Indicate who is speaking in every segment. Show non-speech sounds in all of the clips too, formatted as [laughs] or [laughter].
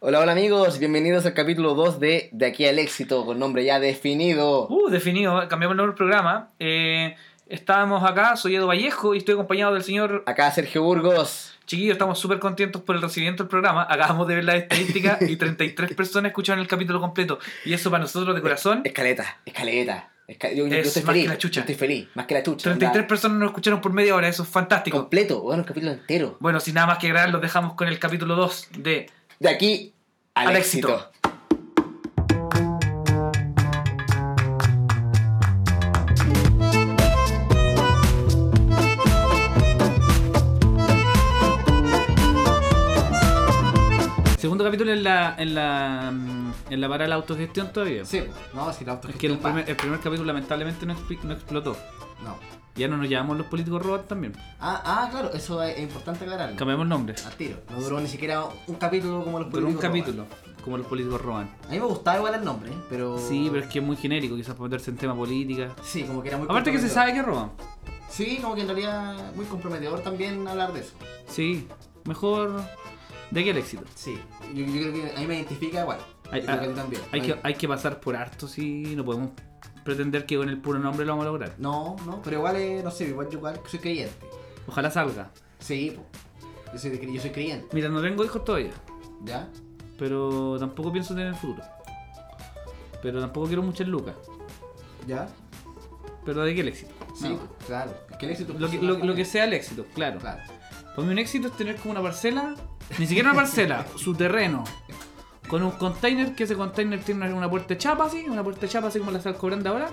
Speaker 1: Hola, hola amigos, bienvenidos al capítulo 2 de De aquí al éxito, con nombre ya definido.
Speaker 2: Uh, definido, cambiamos el nombre del programa. Eh, estábamos acá, soy Edo Vallejo y estoy acompañado del señor
Speaker 1: Acá Sergio Burgos.
Speaker 2: Chiquillo. Estamos súper contentos por el recibimiento del programa. Acabamos de ver las estadísticas y 33 personas escucharon el capítulo completo. Y eso para nosotros de corazón.
Speaker 1: Escaleta, escaleta. esca- yo, yo
Speaker 2: Es
Speaker 1: estoy
Speaker 2: más
Speaker 1: feliz.
Speaker 2: que la chucha.
Speaker 1: yo estoy feliz, más que la chucha.
Speaker 2: 33
Speaker 1: onda,
Speaker 2: personas nos escucharon por media hora, eso es fantástico.
Speaker 1: completo, bueno, un capítulo entero.
Speaker 2: Bueno, sin nada más que agregar, los dejamos con el capítulo 2 de
Speaker 1: De aquí al,
Speaker 2: Al
Speaker 1: éxito.
Speaker 2: éxito.
Speaker 3: Segundo capítulo en la, en la, mm, en la parada de la autogestión todavía.
Speaker 4: Sí, no, si la
Speaker 3: Es que
Speaker 4: autogestión
Speaker 3: el
Speaker 4: va.
Speaker 3: primer, el primer capítulo lamentablemente no, expli- no explotó.
Speaker 4: No.
Speaker 3: Ya no nos llamamos los políticos robots también.
Speaker 4: Ah, ah, claro, eso es es importante aclararlo.
Speaker 3: Cambiamos nombres.
Speaker 4: Al tiro. No duró ni siquiera un capítulo como los
Speaker 3: Duró un
Speaker 4: políticos roban.
Speaker 3: capítulo, como los políticos roban.
Speaker 4: A mí me gustaba igual el nombre, pero.
Speaker 3: Sí, pero es que es muy genérico, quizás para meterse en tema política.
Speaker 4: Sí, como que era muy.
Speaker 3: Aparte que se
Speaker 4: comprometedor.
Speaker 3: sabe que roban.
Speaker 4: Sí, como que en realidad muy comprometedor también hablar de eso.
Speaker 3: Sí, mejor de aquí al éxito.
Speaker 4: Sí, yo, yo creo que a mí me identifica igual.
Speaker 3: Hay,
Speaker 4: yo creo
Speaker 3: ah,
Speaker 4: que a ti también.
Speaker 3: hay
Speaker 4: No
Speaker 3: que, hay que pasar por harto, sí, no podemos pretender que con el puro nombre lo vamos a lograr.
Speaker 4: No, no, pero igual, eh, no sé, igual yo igual soy creyente.
Speaker 3: Ojalá salga.
Speaker 4: Sí, po. Yo soy, de cre- yo soy creyente,
Speaker 3: Mira, no tengo hijos todavía.
Speaker 4: ¿ya?
Speaker 3: pero tampoco pienso tener el futuro. Pero tampoco quiero muchas lucas.
Speaker 4: ¿Ya?
Speaker 3: Pero de qué el éxito.
Speaker 4: Sí,
Speaker 3: No.
Speaker 4: po, claro. Es que el éxito. es
Speaker 3: Lo que,
Speaker 4: personal
Speaker 3: lo- lo que
Speaker 4: también.
Speaker 3: sea el éxito, claro.
Speaker 4: Claro.
Speaker 3: Para mí un éxito es tener como una parcela, ni siquiera una parcela, su terreno. Con un container, que ese container tiene una, una puerta de chapa así, una puerta de chapa así como la están cobrando ahora.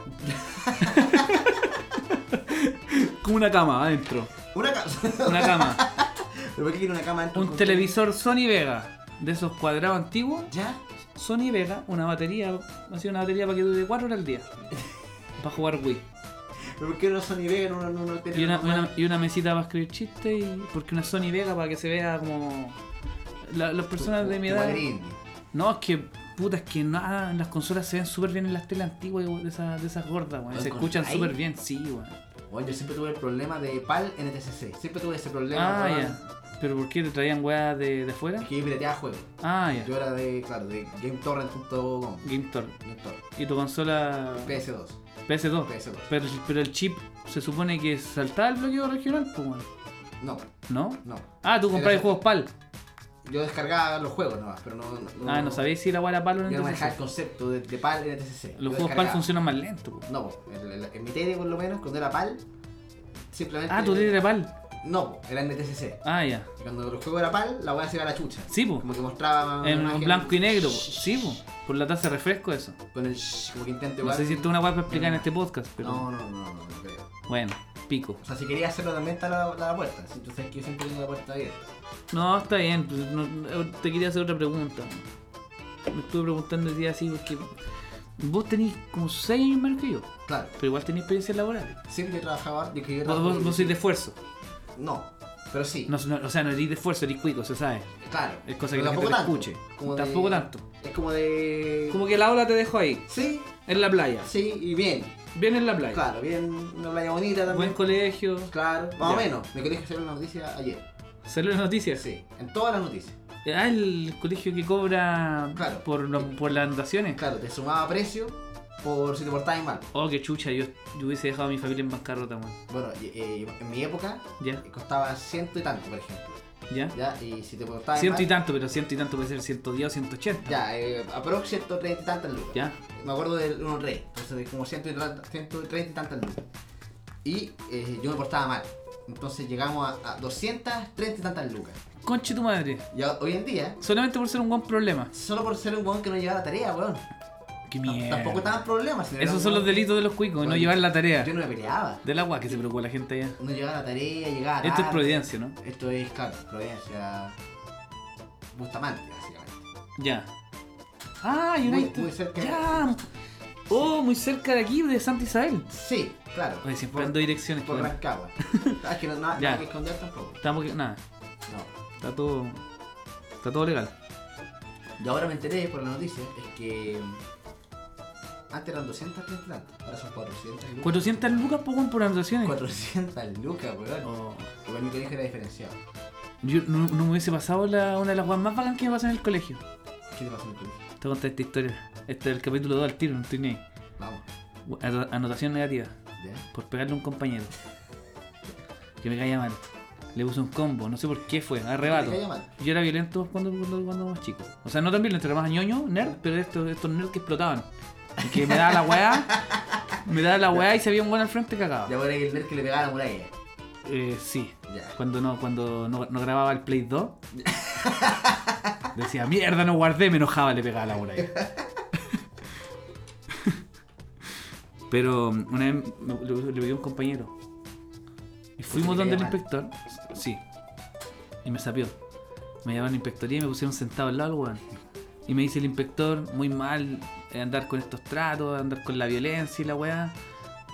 Speaker 3: como una cama adentro.
Speaker 4: Una [laughs] casa.
Speaker 3: Una cama.
Speaker 4: ¿Pero por qué quiere una cama dentro
Speaker 3: Un
Speaker 4: con-
Speaker 3: televisor Sony Vega. De esos cuadrados antiguos.
Speaker 4: ¿Ya?
Speaker 3: Sony Vega, una batería, así una batería para que dure 4 horas al día. Para jugar Wii.
Speaker 4: ¿Pero por qué no Sony Vega no, no, no tiene
Speaker 3: Y una,
Speaker 4: normal?
Speaker 3: una- y una mesita para escribir chistes y. Porque una Sony Vega para que se vea como. la- las personas de mi
Speaker 4: Como
Speaker 3: edad.
Speaker 4: gringo.
Speaker 3: No, es que. Puta, es que nada, en las consolas se ven súper bien en las telas antiguas de esas, de esas gordas, weón.
Speaker 4: ¿Lo
Speaker 3: Se escuchan
Speaker 4: encontráis?
Speaker 3: súper bien, sí, weón.
Speaker 4: Bueno, yo siempre tuve el problema de PAL en ETCC. Siempre tuve ese problema.
Speaker 3: Ah, ya.
Speaker 4: weón.
Speaker 3: ¿Pero por qué te traían weas de, de afuera?
Speaker 4: Es que yo pirateaba juegos.
Speaker 3: Ah, ya.
Speaker 4: Yo era de, claro, de GameTorrent.com.
Speaker 3: GameTor.
Speaker 4: GameTorrent.
Speaker 3: ¿Y tu consola?
Speaker 4: PS2.
Speaker 3: PS2.
Speaker 4: PS2.
Speaker 3: Pero, pero el chip se supone que saltaba el bloqueo regional, pues, weón.
Speaker 4: No,
Speaker 3: ¿No?
Speaker 4: no.
Speaker 3: Ah, tú comprabas
Speaker 4: Era-
Speaker 3: juegos PAL.
Speaker 4: Yo descargaba los juegos nomás, pero no.
Speaker 3: Ah, no sabéis si la wea era PAL o
Speaker 4: Yo no
Speaker 3: no. entonces.
Speaker 4: manejaba el concepto de, de PAL en ETCC.
Speaker 3: Los
Speaker 4: Yo
Speaker 3: juegos PAL
Speaker 4: descargaba.
Speaker 3: funcionan más lento. pues. po.
Speaker 4: No, po. en, en- en mi tele por lo menos, cuando era PAL, simplemente.
Speaker 3: Ah, tu tele era PAL.
Speaker 4: No, po, era en ETCC.
Speaker 3: Ah, ya.
Speaker 4: Y Cuando el juego era PAL, la weá se iba a la chucha.
Speaker 3: Sí, po.
Speaker 4: Como que mostraba.
Speaker 3: En
Speaker 4: una imagen
Speaker 3: blanco y negro. po. Sí, po. Por la taza de refresco eso.
Speaker 4: Con el shh, como que intento
Speaker 3: No
Speaker 4: igual.
Speaker 3: sé si esto es una guapa para explicar en este podcast, pero
Speaker 4: No, no, no, no, no, no creo.
Speaker 3: bueno, pico.
Speaker 4: O sea, si quería hacerlo también está la, la puerta. Si tú sabes que yo siempre tengo la puerta abierta.
Speaker 3: No, está bien. pues, no- no, te quería hacer otra pregunta. Me estuve preguntando el día así porque vos tenés como 6 años menos que yo,
Speaker 4: Claro.
Speaker 3: pero igual tenés experiencia laboral.
Speaker 4: Siempre yo trabajaba, yo que yo
Speaker 3: Vos,
Speaker 4: trabajo-
Speaker 3: vos, vos sois de esfuerzo.
Speaker 4: No, pero sí.
Speaker 3: No, no, o sea, no eres de esfuerzo, eres cuico, se sabe.
Speaker 4: Claro.
Speaker 3: Es cosa que
Speaker 4: Pero
Speaker 3: la
Speaker 4: tampoco
Speaker 3: gente te
Speaker 4: tanto.
Speaker 3: escuche.
Speaker 4: Como de-
Speaker 3: Tampoco tanto.
Speaker 4: Es como de.
Speaker 3: Como que la ola te dejó ahí,
Speaker 4: Sí,
Speaker 3: en la playa.
Speaker 4: sí, y bien.
Speaker 3: Bien en la playa.
Speaker 4: Claro, bien, una playa bonita
Speaker 3: Buen
Speaker 4: también.
Speaker 3: colegio.
Speaker 4: Claro, más o
Speaker 3: Ya.
Speaker 4: menos. Mi colegio salió una noticia ayer.
Speaker 3: Salió las noticias.
Speaker 4: Sí, en todas las noticias.
Speaker 3: Ah, el colegio que cobra
Speaker 4: Claro.
Speaker 3: por, lo- por las anotaciones.
Speaker 4: Claro, te sumaba precio por si te portabas mal.
Speaker 3: Oh, qué chucha, yo, yo hubiese dejado a mi familia en bancarrota, weón.
Speaker 4: Bueno, y- eh, en mi época
Speaker 3: Ya,
Speaker 4: costaba ciento y tanto, por ejemplo.
Speaker 3: ya.
Speaker 4: ¿Ya? Y si te portabas
Speaker 3: Ciento y
Speaker 4: mal,
Speaker 3: tanto, pero ciento y tanto puede ser 110 o 180.
Speaker 4: Ya, eh, aprox 130 y tantas lucas.
Speaker 3: Ya.
Speaker 4: Me acuerdo de unos rey, entonces como 130 130 y tantas lucas. Y eh, yo me portaba mal. Entonces llegamos a, a 230 y tantas lucas.
Speaker 3: Conche tu madre.
Speaker 4: Y a- hoy en día,
Speaker 3: Solamente por ser un buen problema.
Speaker 4: solo por ser un weón que no llevaba tarea, weón.
Speaker 3: Qué
Speaker 4: T-
Speaker 3: mierda.
Speaker 4: Tampoco estaban problemas. sino era
Speaker 3: Esos
Speaker 4: un
Speaker 3: son los
Speaker 4: weón-
Speaker 3: delitos de los cuicos, no
Speaker 4: Oye,
Speaker 3: llevar la tarea.
Speaker 4: Yo no me peleaba.
Speaker 3: Del agua que se preocupa la gente allá.
Speaker 4: No llevaba la tarea, llegaba
Speaker 3: Esto es
Speaker 4: tarde.
Speaker 3: providencia, ¿no?
Speaker 4: Esto es, claro, Providencia Bustamante, básicamente.
Speaker 3: Ya. Ah, y
Speaker 4: Muy-
Speaker 3: una
Speaker 4: muy cerca de-
Speaker 3: Ya. Oh, muy cerca de aquí, de Santa Isabel.
Speaker 4: Sí, claro.
Speaker 3: Oye, siempre
Speaker 4: Por-
Speaker 3: ando direcciones.
Speaker 4: Por
Speaker 3: weón. [laughs]
Speaker 4: Rancagua. Ah, es que no, nada,
Speaker 3: Ya.
Speaker 4: nada que esconder tampoco.
Speaker 3: Estamos que. Nada,
Speaker 4: No.
Speaker 3: está todo. Está todo legal.
Speaker 4: Y ahora me enteré por la noticia, es que antes eran 230 plantas, ahora son 400 lucas.
Speaker 3: 400 lucas po, weón, por anotaciones.
Speaker 4: 400 lucas, weón.
Speaker 3: Oh.
Speaker 4: Igual mi colegio era diferenciado.
Speaker 3: Yo no, no me hubiese pasado la, una de las guas más bacanas que me pasó en el colegio.
Speaker 4: ¿Qué te pasó en el colegio?
Speaker 3: Te conté esta historia. Este es el capítulo 2 al tiro, no estoy ni ahí.
Speaker 4: Vamos.
Speaker 3: Ano- Anotación negativa.
Speaker 4: ¿Ya?
Speaker 3: Por pegarle a un compañero. Que me caía mal. Le puse un combo, no sé por qué fue, arrebato.
Speaker 4: ¿Te caía mal?
Speaker 3: Yo era violento cuando, cuando, cuando más chico. O sea, no tan violento, era más ñoño, nerd, pero estos, estos nerds que explotaban. Y que me daba la weá, me daba la weá y se veía un weón al frente cagado.
Speaker 4: Ya voy a el nerd que le pegaba a la muralla.
Speaker 3: Eh, sí.
Speaker 4: Ya.
Speaker 3: Cuando no, cuando no, no grababa el Play
Speaker 4: [laughs]
Speaker 3: 2. Decía, mierda, no guardé, me enojaba, le pegaba la muralla. Pero um, una vez me- le, le pegué a un compañero. Y fuimos
Speaker 4: te
Speaker 3: donde el
Speaker 4: caía mal.
Speaker 3: inspector. Sí. Y me sapió. Me llevaron a la inspectoría y me pusieron sentado al lado del weón. Y me dice el inspector, muy mal eh, andar con estos tratos, andar con la violencia y la weá.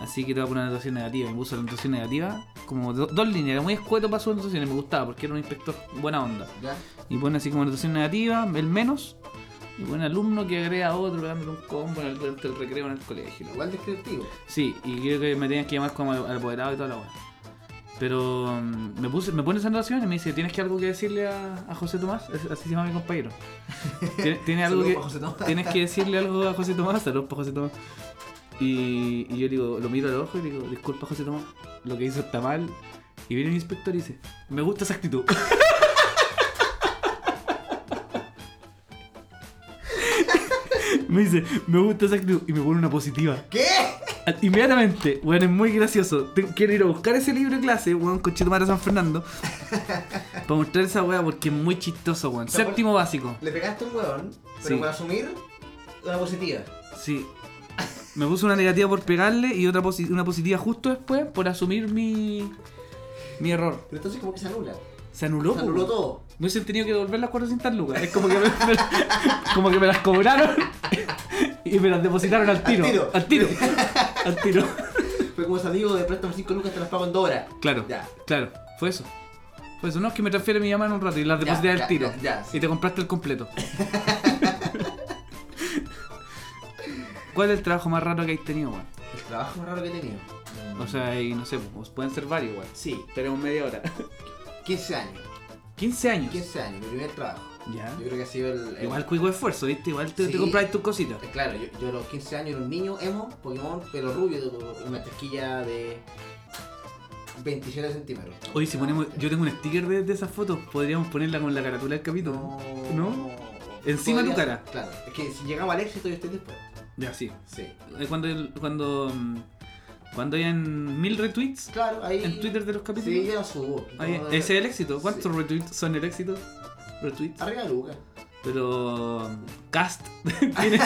Speaker 3: Así que te voy a poner una anotación negativa. Y Me puso la anotación negativa como do- dos líneas. Era muy escueto para sus anotaciones. Me gustaba porque era un inspector buena onda.
Speaker 4: ¿Ya?
Speaker 3: Y pone así como anotación negativa, el menos. Y pone alumno que agrega a otro pegándole un combo en el- durante el recreo en el colegio. la weá.
Speaker 4: Igual descriptivo.
Speaker 3: Sí, y creo que me tenían que llamar como al al apoderado y toda la weá. Pero mm, me, puse, me pone esa anotación y me dice, ¿tienes que algo que decirle a, a José Tomás? Es- Así se llama mi compañero. [laughs] ¿Tiene, tiene algo
Speaker 4: Saludos
Speaker 3: que,
Speaker 4: para José Tomás.
Speaker 3: Tienes que decirle algo a José Tomás, saludos para José Tomás. Y, y yo le digo, lo miro al ojo y le digo, disculpa José Tomás, lo que hizo está mal. Y viene el inspector y dice, me gusta esa actitud. [laughs] me dice, me gusta esa actitud. Y me pone una positiva.
Speaker 4: ¿Qué?
Speaker 3: Inmediatamente, weón, es muy gracioso. Te- quiero ir a buscar ese libro de clase, weón, con Chetumara San Fernando. para mostrar esa weá porque es muy chistoso, weón.
Speaker 4: ¿Te acuer-
Speaker 3: Séptimo básico.
Speaker 4: Le pegaste a un huevón, pero
Speaker 3: Sí.
Speaker 4: para asumir una positiva.
Speaker 3: Sí. Me puse una negativa por pegarle y otra posi- una positiva justo después por asumir mi, mi error.
Speaker 4: Pero entonces como que se anula.
Speaker 3: Se anuló.
Speaker 4: Se
Speaker 3: po,
Speaker 4: anuló
Speaker 3: weón.
Speaker 4: todo.
Speaker 3: Me hubiesen tenido que devolver las 400 lucas. Es como que me, me- como que me las cobraron [laughs] y me las depositaron al tiro.
Speaker 4: tiro. [laughs]
Speaker 3: Al tiro. Al tiro.
Speaker 4: Fue como ese amigo de préstamo 5 lucas te las pago en dos horas.
Speaker 3: Claro.
Speaker 4: Ya.
Speaker 3: Claro. Fue eso. Fue eso. No es que me transfiere mi llamada en un rato y las deposité
Speaker 4: Ya,
Speaker 3: al
Speaker 4: ya,
Speaker 3: tiro.
Speaker 4: ya, ya, sí.
Speaker 3: Y te compraste
Speaker 4: [laughs]
Speaker 3: el completo. ¿Cuál es el trabajo más raro que hayas tenido, weón?
Speaker 4: El trabajo más raro que he tenido. Mm,
Speaker 3: O sea, y no sé, pues, pueden ser varios, weón.
Speaker 4: Sí,
Speaker 3: Tenemos media hora. [laughs]
Speaker 4: 15 años.
Speaker 3: 15 años.
Speaker 4: 15 años, mi primer trabajo.
Speaker 3: Ya.
Speaker 4: Yo creo que ha sido el. el-
Speaker 3: ¿Ah? Igual cuico esfuerzo, ¿viste? Igual te, te
Speaker 4: Sí.
Speaker 3: compras tus cositas.
Speaker 4: eh, Claro, yo, yo a los 15 años era un niño emo, Pokémon, pelo rubio, una chasquilla de 27 centímetros.
Speaker 3: Oye, si ponemos. Yo tengo un sticker de, de esas fotos, podríamos ponerla con la carátula del capítulo.
Speaker 4: No.
Speaker 3: ¿No? Encima
Speaker 4: Podría-
Speaker 3: tu cara.
Speaker 4: Claro, es que si llegamos al éxito, yo estoy después.
Speaker 3: Ya, sí.
Speaker 4: Sí.
Speaker 3: Eh, Cuando. el- Cuando. mm, Cuando hayan mil retweets
Speaker 4: Claro, ahí.
Speaker 3: en Twitter de los
Speaker 4: Sí,
Speaker 3: capítulos.
Speaker 4: ya lo subo.
Speaker 3: ahí-
Speaker 4: No,
Speaker 3: ese es el éxito. ¿Cuántos
Speaker 4: Sí.
Speaker 3: retweets son el éxito? Retweets.
Speaker 4: Arriba de Lucas.
Speaker 3: Pero. mm, Cast. tiene,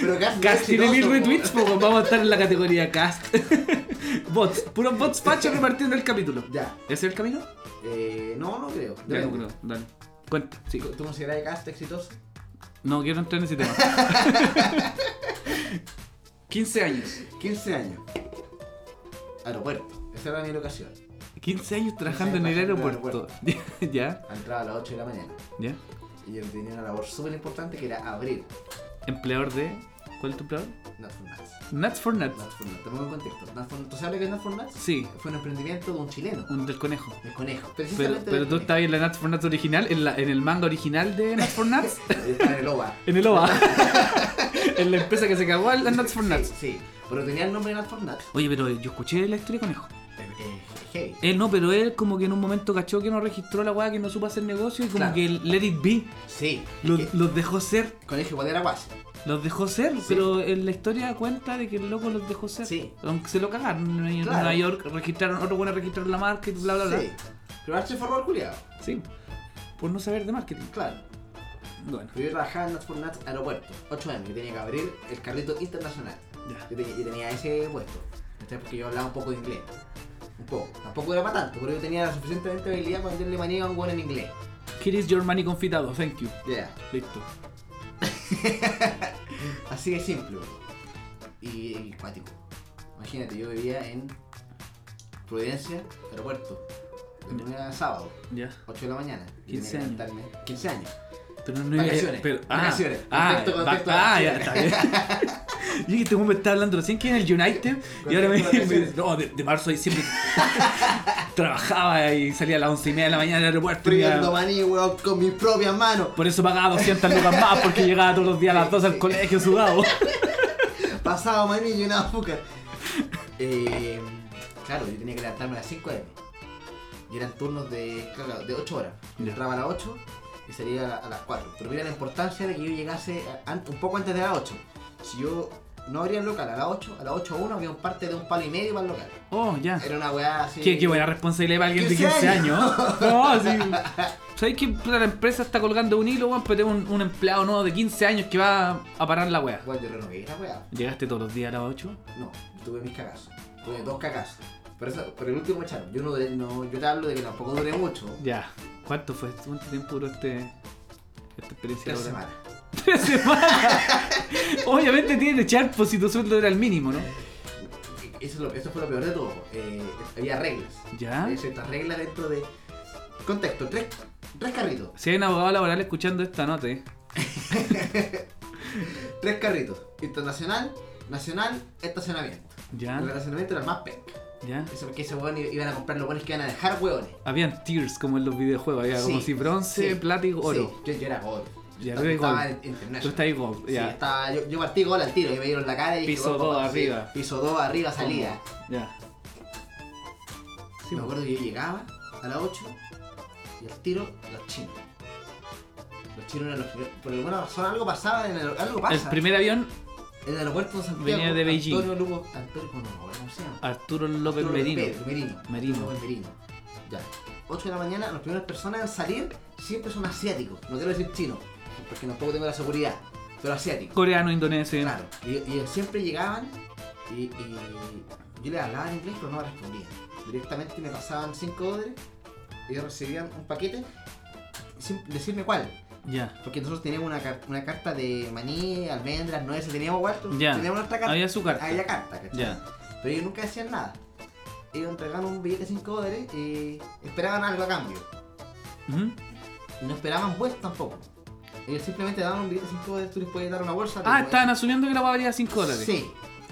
Speaker 4: Pero
Speaker 3: [laughs]
Speaker 4: casi.
Speaker 3: Cast tiene mil
Speaker 4: exitoso, po.
Speaker 3: retweets, pues vamos a estar en la categoría Cast. [laughs] bots. Puros bots fachos repartiendo el capítulo.
Speaker 4: Ya.
Speaker 3: ¿Ese es el camino?
Speaker 4: Eh, no, no creo.
Speaker 3: Ya no
Speaker 4: Depende.
Speaker 3: creo, dale. Cuenta, sí.
Speaker 4: ¿Tú consideras que cast exitoso?
Speaker 3: No quiero entrar en ese [laughs] tema. 15 años.
Speaker 4: 15 años. Aeropuerto. Esa era mi locación.
Speaker 3: 15 años trabajando en el aeropuerto. [laughs] ya,
Speaker 4: Entraba a las 8 de la mañana.
Speaker 3: ya.
Speaker 4: Y yo tenía una labor súper importante que era abrir.
Speaker 3: Empleador de. ¿Cuál es tu empleador?
Speaker 4: Nuts for Nuts.
Speaker 3: Nuts for Nuts.
Speaker 4: Nuts for Nuts. Te pongo en contexto. Nuts for Nuts. ¿Tú sabes lo que es Nuts for Nuts?
Speaker 3: Sí,
Speaker 4: Fue un emprendimiento de un chileno.
Speaker 3: un del conejo.
Speaker 4: El conejo.
Speaker 3: Pero,
Speaker 4: Precisamente
Speaker 3: pero
Speaker 4: del
Speaker 3: tú
Speaker 4: conejo.
Speaker 3: estabas en la Nuts for Nuts original, en, la- en el manga original de Nuts for [laughs] Nuts,
Speaker 4: Yo estaba en el OVA.
Speaker 3: [laughs] en el OVA. en la empresa que se cagó al al Nuts for
Speaker 4: Sí,
Speaker 3: Nuts.
Speaker 4: sí. Pero tenía el nombre de Nuts for Nuts.
Speaker 3: Oye, pero yo escuché la historia de conejo.
Speaker 4: Eh, eh, heavy.
Speaker 3: Él no, pero él como que en un momento cachó que no registró la weá, que no supo hacer negocio y como
Speaker 4: Claro.
Speaker 3: que el let it be.
Speaker 4: Sí.
Speaker 3: Lo-
Speaker 4: es que
Speaker 3: los dejó ser,
Speaker 4: el conejo igual era guaso.
Speaker 3: los dejó ser,
Speaker 4: Sí.
Speaker 3: pero en la historia cuenta de que el loco los dejó ser.
Speaker 4: Sí.
Speaker 3: Aunque se lo cagaron en Nueva- en
Speaker 4: Claro.
Speaker 3: Nueva York, registraron, otro bueno registraron la marca y bla bla bla.
Speaker 4: Sí. Pero ahora se forró el culiado.
Speaker 3: Sí. Por no saber de marketing.
Speaker 4: Claro.
Speaker 3: Bueno,
Speaker 4: Pero yo trabajaba en Nuts for Nuts Aeropuerto. 8 años. Yo tenía que abrir el carrito internacional.
Speaker 3: ya.
Speaker 4: Yo tenía, yo tenía ese puesto. ¿cachai? Porque yo hablaba un poco de inglés. Un poco. Tampoco era para tanto, pero yo tenía la suficientemente habilidad para venderle manía a un buen en inglés.
Speaker 3: Here is your money confitado, thank you.
Speaker 4: Ya.
Speaker 3: Listo.
Speaker 4: Así de simple. Y, y cuático. Imagínate, yo vivía en Providencia, aeropuerto. De lunes a sábado,
Speaker 3: Ya.
Speaker 4: 8 de la mañana. Y
Speaker 3: 15
Speaker 4: tenía que
Speaker 3: años.
Speaker 4: levantarme- 15 años.
Speaker 3: Pero no
Speaker 4: Vacaciones,
Speaker 3: Pero, ah,
Speaker 4: vacaciones.
Speaker 3: Ah,
Speaker 4: Contexto,
Speaker 3: va-
Speaker 4: contexto,
Speaker 3: ah, ya, está bien. [laughs] Yo que este hombre me está hablando recién que en el United y ahora me,
Speaker 4: Contexto,
Speaker 3: me-
Speaker 4: vacaciones.
Speaker 3: No, de, de marzo a diciembre. [laughs] trabajaba y salía a las once y media de la mañana al aeropuerto. y
Speaker 4: Friendo
Speaker 3: ya-
Speaker 4: maní, weón, con mis propias manos.
Speaker 3: Por eso pagaba 200 lucas más porque llegaba todos los días a las 12 al colegio sudado.
Speaker 4: Pasaba maní y una azúcar. [laughs] Eh, claro, yo tenía que levantarme a las 5 de Y eran turnos de, claro, de 8 horas. Yo
Speaker 3: Ya.
Speaker 4: entraba a las 8 y salía a, la- a las 4. Pero mira la importancia de que yo llegase a- an- un poco antes de las 8. Si yo no abría el local a las 8, a las 8 1 había un parte de un palo y medio para el local.
Speaker 3: Oh, ya.
Speaker 4: Era una weá así.
Speaker 3: Qué, qué buena responsabilidad para alguien de
Speaker 4: 15
Speaker 3: 15 años. No, sí. ¿Sabéis que puta, la empresa está colgando un hilo, weón? Pero tengo un, un empleado nuevo de 15 años que va a parar la wea.
Speaker 4: Weón, yo renové la weá.
Speaker 3: ¿Llegaste todos los días a las 8?
Speaker 4: No, yo tuve mis cagazos. Tuve dos cagazos. Pero, eso- pero el último me echaron. Yo, no, duré- no, yo te hablo de que tampoco duré mucho.
Speaker 3: Ya. ¿Cuánto fue? ¿Cuánto tiempo duró este, esta experiencia?
Speaker 4: Tres
Speaker 3: laboral?
Speaker 4: semanas.
Speaker 3: Tres semanas. Obviamente tiene que echar, pues si tu sueldo era el mínimo, ¿no?
Speaker 4: eh, Eso, es lo- eso fue lo peor de todo. Eh, había reglas.
Speaker 3: Ya.
Speaker 4: Hay ciertas reglas dentro de. Contexto: tres, tres carritos.
Speaker 3: Si hay un abogado laboral escuchando esta nota, eh.
Speaker 4: Tres carritos: internacional, nacional, estacionamiento.
Speaker 3: Ya,
Speaker 4: El estacionamiento era el más penca.
Speaker 3: ya.
Speaker 4: Eso porque ese weón i- iban a comprar los buenos que iban a dejar hueones.
Speaker 3: Habían tiers como en los videojuegos, había como
Speaker 4: Sí,
Speaker 3: si bronce,
Speaker 4: sí,
Speaker 3: plata y oro.
Speaker 4: Sí, yo, yo era gol.
Speaker 3: Ya,
Speaker 4: Yo
Speaker 3: tú eres
Speaker 4: estaba
Speaker 3: gold.
Speaker 4: en international.
Speaker 3: Tú estás ahí gold,
Speaker 4: Sí,
Speaker 3: ya.
Speaker 4: estaba, yo, yo partí gol al tiro y me dieron la cara y dije,
Speaker 3: Piso
Speaker 4: "Gol,
Speaker 3: dos
Speaker 4: gol", sí,
Speaker 3: arriba.
Speaker 4: piso 2 arriba salida.
Speaker 3: Ya. Sí, pues.
Speaker 4: me
Speaker 3: po.
Speaker 4: acuerdo que yo llegaba a las 8 y al tiro los chinos. Los chinos eran los primeros. Por alguna razón algo pasaba en el algo
Speaker 3: El
Speaker 4: pasa.
Speaker 3: primer avión,
Speaker 4: En el aeropuerto de Santiago.
Speaker 3: Venía de Beijing.
Speaker 4: Antonio Lugo. Antonio no, no, ¿cómo se llama?
Speaker 3: Arturo López
Speaker 4: Antonio
Speaker 3: Merino.
Speaker 4: López, Merino.
Speaker 3: Merino.
Speaker 4: Antonio López Merino. Ya. 8 de la mañana, las primeras personas en salir siempre son asiáticos. No quiero decir chino, porque tampoco tengo la seguridad. Pero asiáticos.
Speaker 3: Coreano, indonesio.
Speaker 4: Claro, y, y siempre llegaban y, y yo les hablaba en inglés, pero no me respondían. Directamente me pasaban 5 dólares, ellos recibían un paquete sin decirme cuál.
Speaker 3: Ya.
Speaker 4: Porque nosotros teníamos una, car- una carta de maní, almendras, nueces, teníamos cuarto,
Speaker 3: Ya.
Speaker 4: teníamos nuestra carta.
Speaker 3: Había azúcar.
Speaker 4: Había carta, ¿cachai?
Speaker 3: Ya.
Speaker 4: Pero ellos nunca decían nada. Ellos entregaban un billete de 5 dólares y esperaban algo a cambio.
Speaker 3: Ujú.
Speaker 4: Y no esperaban vueltas tampoco. Ellos simplemente daban un billete de 5 dólares, tú les podías dar una bolsa. te
Speaker 3: Ah,
Speaker 4: podías-
Speaker 3: estaban asumiendo que la hueá valía 5 dólares.
Speaker 4: Sí.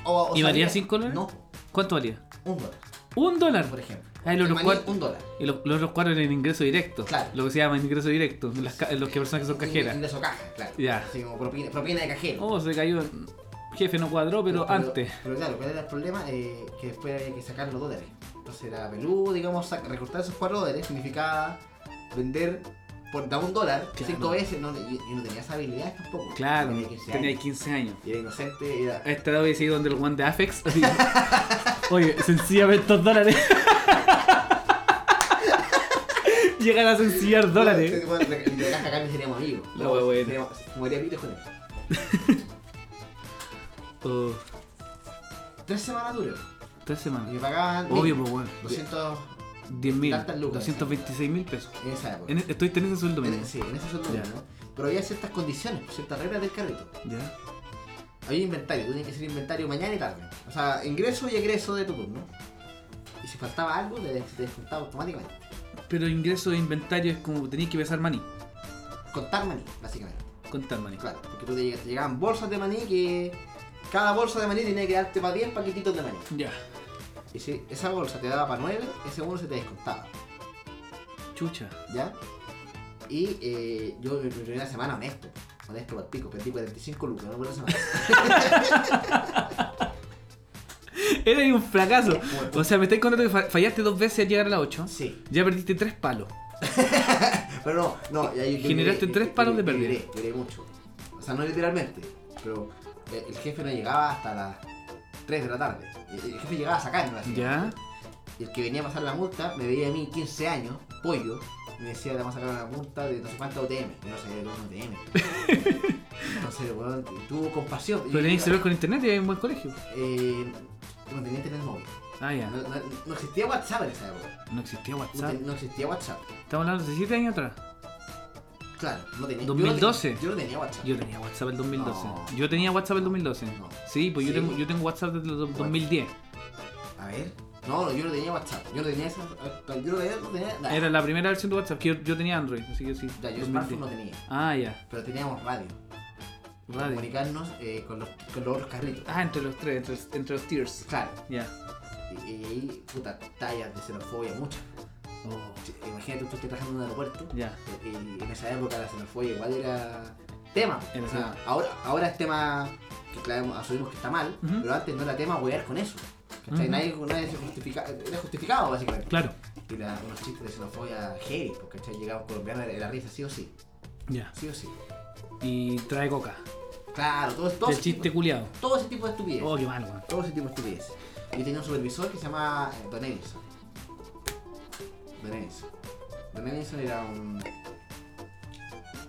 Speaker 4: O- o
Speaker 3: ¿Y
Speaker 4: sabía-
Speaker 3: valía 5 dólares?
Speaker 4: No,
Speaker 3: ¿Cuánto valía?
Speaker 4: un dólar,
Speaker 3: Un dólar.
Speaker 4: por ejemplo.
Speaker 3: Ah, y los
Speaker 4: El
Speaker 3: otros
Speaker 4: maní,
Speaker 3: cuatro-
Speaker 4: un dólar.
Speaker 3: Y los, los otros cuatro eran ingreso directo.
Speaker 4: Claro.
Speaker 3: Lo que se llama ingreso directo. Las, ca- los que personas que son
Speaker 4: Un
Speaker 3: cajeras.
Speaker 4: ingreso caja, claro.
Speaker 3: Ya.
Speaker 4: Así como propina, propina de cajero.
Speaker 3: Oh, se cayó. Jefe no cuadró, pero, antes.
Speaker 4: Pero claro, ¿cuál era el problema? Eh, que después había que sacar los dólares. Entonces era peludo, digamos, sac- recortar esos 4 dólares significaba vender por da un dólar
Speaker 3: Claro.
Speaker 4: cinco veces. No, y, y no tenía esa habilidad tampoco.
Speaker 3: Claro,
Speaker 4: Tenía 15
Speaker 3: tenía
Speaker 4: años.
Speaker 3: 15 años.
Speaker 4: Y era inocente, era.
Speaker 3: A esta edad hubiese ido donde el Juan de Afex. [laughs] así. Oye, sencillamente estos dólares. [laughs] Llegan a sencillar dólares.
Speaker 4: Bueno, de- de caja acá seríamos amigos.
Speaker 3: La wea buena.
Speaker 4: Seríamos- Moría pitos con él.
Speaker 3: Oh,
Speaker 4: Tres semanas duró.
Speaker 3: tres
Speaker 4: Y
Speaker 3: semanas.
Speaker 4: me pagaban.
Speaker 3: Obvio,
Speaker 4: mil,
Speaker 3: pues, weón.
Speaker 4: 200
Speaker 3: 10 mil.
Speaker 4: Tantas lucas.
Speaker 3: 226 mil pesos.
Speaker 4: en esa época.
Speaker 3: En, estoy teniendo ese sueldo
Speaker 4: En-
Speaker 3: mínimo.
Speaker 4: sí, en ese sueldo
Speaker 3: Ya.
Speaker 4: mínimo. Pero había ciertas condiciones, ciertas reglas del carrito.
Speaker 3: ¿Ya?
Speaker 4: Había inventario, tú tenías que hacer inventario mañana y tarde. O sea, ingreso y egreso de tu turno. Y si faltaba algo, te des- te descontaba automáticamente.
Speaker 3: Pero ingreso de inventario es como tenías que pesar maní.
Speaker 4: Contar maní, básicamente.
Speaker 3: Contar maní.
Speaker 4: Claro, porque tú te, lleg- te llegaban bolsas de maní que cada bolsa de maní tenía que darte para 10 paquetitos de maní.
Speaker 3: Ya.
Speaker 4: Y si esa bolsa te daba para 9, ese uno se te descontaba.
Speaker 3: Chucha. [laughs]
Speaker 4: ¿ya? Y eh, yo mi primera semana honesto, honesto para pico, perdí 45 lucas, no por la
Speaker 3: [laughs]
Speaker 4: semana.
Speaker 3: Era ahí un fracaso. O sea, me estáis contando que fa- fallaste dos veces al llegar a las 8.
Speaker 4: Sí,
Speaker 3: Ya perdiste tres palos.
Speaker 4: pero no, no, y ahí yo
Speaker 3: Generaste
Speaker 4: lloré,
Speaker 3: tres
Speaker 4: lloré,
Speaker 3: palos de
Speaker 4: lloré,
Speaker 3: pérdida.
Speaker 4: Lloré, lloré mucho. O sea, no literalmente, pero eh, el jefe no llegaba hasta las 3 de la tarde. El el jefe llegaba a sacarme así.
Speaker 3: Ya.
Speaker 4: Y el que venía a pasar la multa me veía a mí 15 años, pollo, y me decía, te vamos a sacar una multa de no sé cuánto OTM. Yo no sabía de un OTM.
Speaker 3: [laughs]
Speaker 4: Entonces, bueno, tuvo compasión.
Speaker 3: Pero tenías que saber con internet y hay un buen colegio.
Speaker 4: Eh, no tenía internet móvil.
Speaker 3: Ah, ya.
Speaker 4: No, no- no existía WhatsApp en esa época.
Speaker 3: No existía
Speaker 4: No,
Speaker 3: WhatsApp.
Speaker 4: te- no existía WhatsApp.
Speaker 3: Estamos hablando de 7 años atrás.
Speaker 4: Claro, no tenía.
Speaker 3: 2012.
Speaker 4: Yo no, tenía- yo no tenía WhatsApp.
Speaker 3: Yo tenía WhatsApp el 2012.
Speaker 4: No.
Speaker 3: Yo tenía WhatsApp el 2012.
Speaker 4: No.
Speaker 3: Sí, pues Yo,
Speaker 4: Sí.
Speaker 3: tengo, yo tengo WhatsApp desde el do- 2010.
Speaker 4: A ver. No, no, yo no tenía WhatsApp. Yo no tenía esa. eh, Yo no tenía. No tenía nada.
Speaker 3: Era la primera versión de WhatsApp que yo, yo tenía Android, así que sí.
Speaker 4: Ah. Ya, yo
Speaker 3: 2010.
Speaker 4: smartphone no tenía.
Speaker 3: Ah, ya.
Speaker 4: Pero teníamos radio. para
Speaker 3: Radio.
Speaker 4: Comunicarnos eh, con, los, con los otros carritos.
Speaker 3: Ah, entre los tres, entre, los- entre los tiers.
Speaker 4: Claro.
Speaker 3: Ya.
Speaker 4: Y, y ahí, puta, tallas de xenofobia, muchas.
Speaker 3: Oh,
Speaker 4: Imagínate tú estás trabajando en un aeropuerto
Speaker 3: ya.
Speaker 4: y en esa época la xenofobia igual era tema.
Speaker 3: Era
Speaker 4: O sea,
Speaker 3: tema.
Speaker 4: ahora, ahora es tema que claro, asumimos que está mal,
Speaker 3: Ujú.
Speaker 4: pero antes no era tema huear con eso. ¿cachai?
Speaker 3: Ujú.
Speaker 4: Nadie, nadie se justifica, era justificado básicamente.
Speaker 3: Claro,
Speaker 4: Y la, unos chistes de xenofobia heavy, porque ¿cachai? llegaba un colombiano era la risa sí o sí,
Speaker 3: ya.
Speaker 4: sí o sí.
Speaker 3: Y trae coca.
Speaker 4: Claro, todo, todo,
Speaker 3: El
Speaker 4: ese,
Speaker 3: chiste
Speaker 4: tipo,
Speaker 3: culiado.
Speaker 4: todo ese tipo de estupidez.
Speaker 3: Oh, qué mal, weón.
Speaker 4: Todo ese tipo de estupidez. Yo tenía un supervisor que se llama eh, Don Edison. Don Edison. Don Edison era un.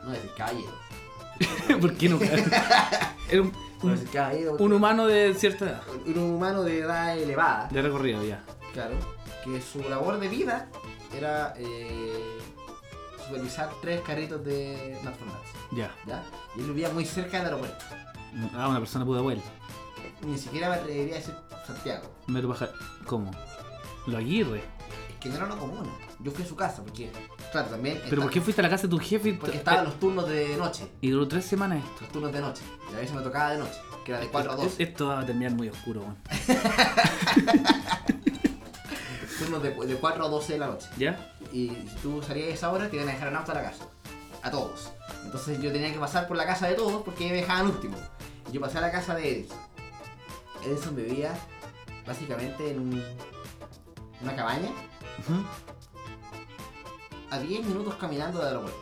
Speaker 4: No decir caballero.
Speaker 3: [laughs] ¿Por
Speaker 4: [laughs]
Speaker 3: qué no? Era un,
Speaker 4: No
Speaker 3: un-
Speaker 4: decir caballero.
Speaker 3: un humano de cierta edad.
Speaker 4: un humano de edad elevada,
Speaker 3: De recorrido, ya.
Speaker 4: claro, que su labor de vida era eh, supervisar tres carritos de McDonald's,
Speaker 3: Ya.
Speaker 4: ¿ya? Y él vivía muy cerca del aeropuerto.
Speaker 3: Ah, una persona pudo abuela.
Speaker 4: Ni siquiera me atrevería a decir Santiago.
Speaker 3: Me lo baja. ¿Cómo? Lo aguirre.
Speaker 4: Es que no era una comuna. Yo fui a su casa porque, claro, también...
Speaker 3: ¿Pero
Speaker 4: está-
Speaker 3: por qué Eh, fuiste a la casa de tu jefe? y-
Speaker 4: Porque estaban los turnos de noche.
Speaker 3: Y duró tres semanas esto.
Speaker 4: Los turnos de noche. Y a veces me tocaba de noche, que
Speaker 3: eh,
Speaker 4: era de 4 a 12.
Speaker 3: Esto va a terminar muy oscuro, weón. eh.
Speaker 4: Turnos de, de 4 a 12 de la noche.
Speaker 3: ¿Ya?
Speaker 4: y si tú salías a esa hora te iban a dejar en auto a la casa. A todos. Entonces yo tenía que pasar por la casa de todos porque me dejaban último. Y yo pasé a la casa de Edison. Edison vivía básicamente en un- una cabaña
Speaker 3: Ujú.
Speaker 4: a 10 minutos caminando del aeropuerto.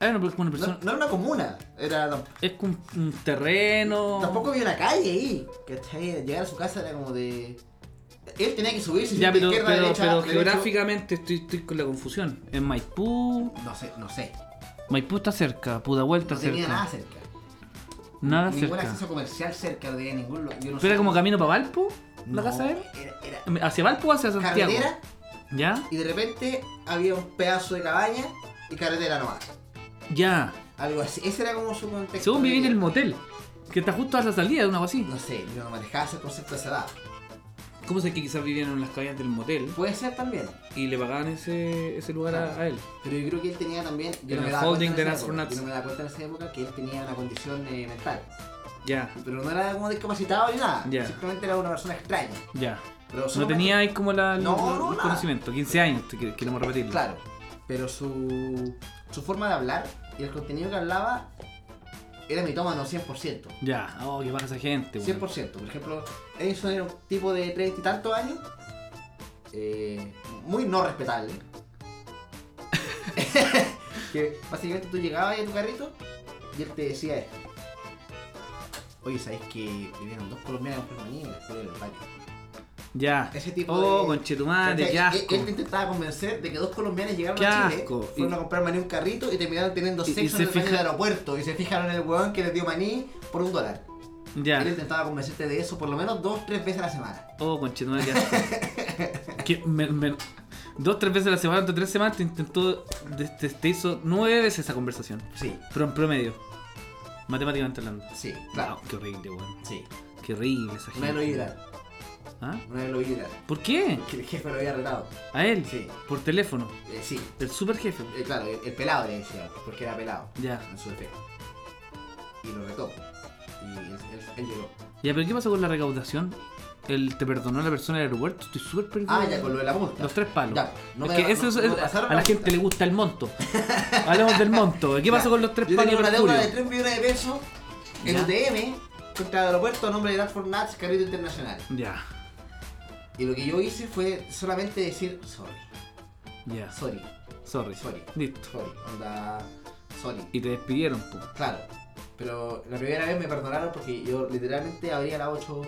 Speaker 3: Ah, no, pero es como una
Speaker 4: No,
Speaker 3: persona.
Speaker 4: no era una comuna, era tam-
Speaker 3: Es como un, un terreno.
Speaker 4: tampoco había una calle ahí. ¿cachai? Llegar a su casa era como de. Él tenía que subirse
Speaker 3: Ya,
Speaker 4: de
Speaker 3: pero,
Speaker 4: izquierda a
Speaker 3: pero,
Speaker 4: derecha,
Speaker 3: pero
Speaker 4: derecho.
Speaker 3: geográficamente estoy, estoy con la confusión. En Maipú.
Speaker 4: No sé, no sé.
Speaker 3: Maipú está cerca, Pudahuel está
Speaker 4: No tenía
Speaker 3: cerca.
Speaker 4: nada cerca.
Speaker 3: Nada
Speaker 4: Ningún
Speaker 3: cerca.
Speaker 4: acceso comercial cerca de ningún lugar. Yo no
Speaker 3: ¿Pero
Speaker 4: sé
Speaker 3: era como camino para Valpo? ¿La
Speaker 4: No,
Speaker 3: casa de él?
Speaker 4: Era, era
Speaker 3: ¿Hacia Valpo o hacia Santiago?
Speaker 4: carretera
Speaker 3: ¿Ya?
Speaker 4: y de repente había un pedazo de cabaña y carretera nomás.
Speaker 3: Ya.
Speaker 4: Algo así. Ese era como su contexto.
Speaker 3: Según
Speaker 4: de
Speaker 3: vivir en el
Speaker 4: vida.
Speaker 3: motel. Que está justo a la salida de una así.
Speaker 4: No sé, yo no manejaba ese concepto de esa edad.
Speaker 3: ¿Cómo sé que quizás vivían en las cabañas del motel
Speaker 4: Puede ser también.
Speaker 3: y le pagaban ese, ese lugar a, a él?
Speaker 4: Pero yo creo que él tenía también. Yo
Speaker 3: En
Speaker 4: no, me daba
Speaker 3: el
Speaker 4: cuenta
Speaker 3: holding
Speaker 4: en
Speaker 3: de
Speaker 4: esa
Speaker 3: Nuts for
Speaker 4: época,
Speaker 3: Nuts.
Speaker 4: yo no me daba cuenta en esa época que él tenía una condición eh, mental.
Speaker 3: Ya,
Speaker 4: Pero no era como discapacitado ni nada.
Speaker 3: Ya.
Speaker 4: Simplemente era una persona extraña.
Speaker 3: ya.
Speaker 4: Pero
Speaker 3: No
Speaker 4: solamente-
Speaker 3: tenía ahí como la,
Speaker 4: No,
Speaker 3: el- el
Speaker 4: no, nada.
Speaker 3: conocimiento. 15 años, te que- queremos repetirlo.
Speaker 4: Claro, pero su, su forma de hablar y el contenido que hablaba era mitómano 100%.
Speaker 3: Ya, oh, que baja esa gente, weón.
Speaker 4: 100%. Por ejemplo, Edison era un tipo de treinta y tantos años, eh, muy no respetable. que básicamente tú llegabas ahí a tu carrito y él te decía esto. Oye, ¿sabéis que vinieron dos colombianos en Permaní en la escuela del baño?
Speaker 3: Ya.
Speaker 4: Ese tipo
Speaker 3: oh,
Speaker 4: de-
Speaker 3: conchetumare,
Speaker 4: ¿Cachai? Eh,
Speaker 3: qué asco.
Speaker 4: Él, él te intentaba convencer de que dos colombianos llegaron
Speaker 3: Qué
Speaker 4: a Chile,
Speaker 3: asco.
Speaker 4: fueron
Speaker 3: Y-
Speaker 4: a comprar maní en un carrito y terminaron teniendo
Speaker 3: y- y
Speaker 4: sexo
Speaker 3: se
Speaker 4: en el baño
Speaker 3: fija-
Speaker 4: del aeropuerto y se fijaron en el huevón que les dio maní por un dólar.
Speaker 3: Ya.
Speaker 4: Él intentaba convencerte de eso por lo menos dos, tres veces a la semana.
Speaker 3: Oh, conchetumare, qué asco. que me, me- dos, tres veces a la semana, durante tres semanas te intentó, te- te- te hizo nueve veces esa conversación.
Speaker 4: Sí,
Speaker 3: Pero en promedio. Matemáticamente hablando.
Speaker 4: sí,
Speaker 3: Claro.
Speaker 4: claro.
Speaker 3: qué horrible, weón.
Speaker 4: Sí.
Speaker 3: Qué horrible esa gente.
Speaker 4: Una vez lo vi llorar,
Speaker 3: ¿Ah?
Speaker 4: una vez lo vi llorar.
Speaker 3: ¿Por qué?
Speaker 4: Que el jefe lo había retado.
Speaker 3: ¿A él?
Speaker 4: Sí,
Speaker 3: Por teléfono.
Speaker 4: eh, sí.
Speaker 3: El super jefe.
Speaker 4: Eh, claro, el, el pelado le decía, porque era pelado,
Speaker 3: Ya.
Speaker 4: en su defecto. Y lo retó. Y él, él- él llegó.
Speaker 3: Ya, pero ¿qué pasó con la recaudación? ¿El te perdonó la persona del aeropuerto? Estoy súper perdido.
Speaker 4: Ah, ya, con lo de la multa.
Speaker 3: Los tres palos.
Speaker 4: Ya, no
Speaker 3: Es
Speaker 4: me-
Speaker 3: que
Speaker 4: no-
Speaker 3: eso,
Speaker 4: no
Speaker 3: eso-
Speaker 4: me
Speaker 3: eso-
Speaker 4: pasaron
Speaker 3: a la
Speaker 4: la
Speaker 3: gente
Speaker 4: multa.
Speaker 3: le gusta
Speaker 4: [laughs]
Speaker 3: el monto. Hablamos del monto. ¿Qué pasó
Speaker 4: Ya.
Speaker 3: con los tres
Speaker 4: Yo
Speaker 3: palos?
Speaker 4: tenía una
Speaker 3: del
Speaker 4: deuda de
Speaker 3: Julio?
Speaker 4: 3 millones de pesos en
Speaker 3: Ya.
Speaker 4: UTM contra el aeropuerto a nombre de Dartford Nuts Carrito Internacional.
Speaker 3: Ya,
Speaker 4: Y lo que yo hice fue solamente decir sorry,
Speaker 3: ya.
Speaker 4: sorry,
Speaker 3: Sorry.
Speaker 4: Sorry.
Speaker 3: Listo.
Speaker 4: sorry, onda, sorry.
Speaker 3: Y te despidieron, po.
Speaker 4: Claro, pero la primera vez me perdonaron porque yo literalmente abría la 8-2.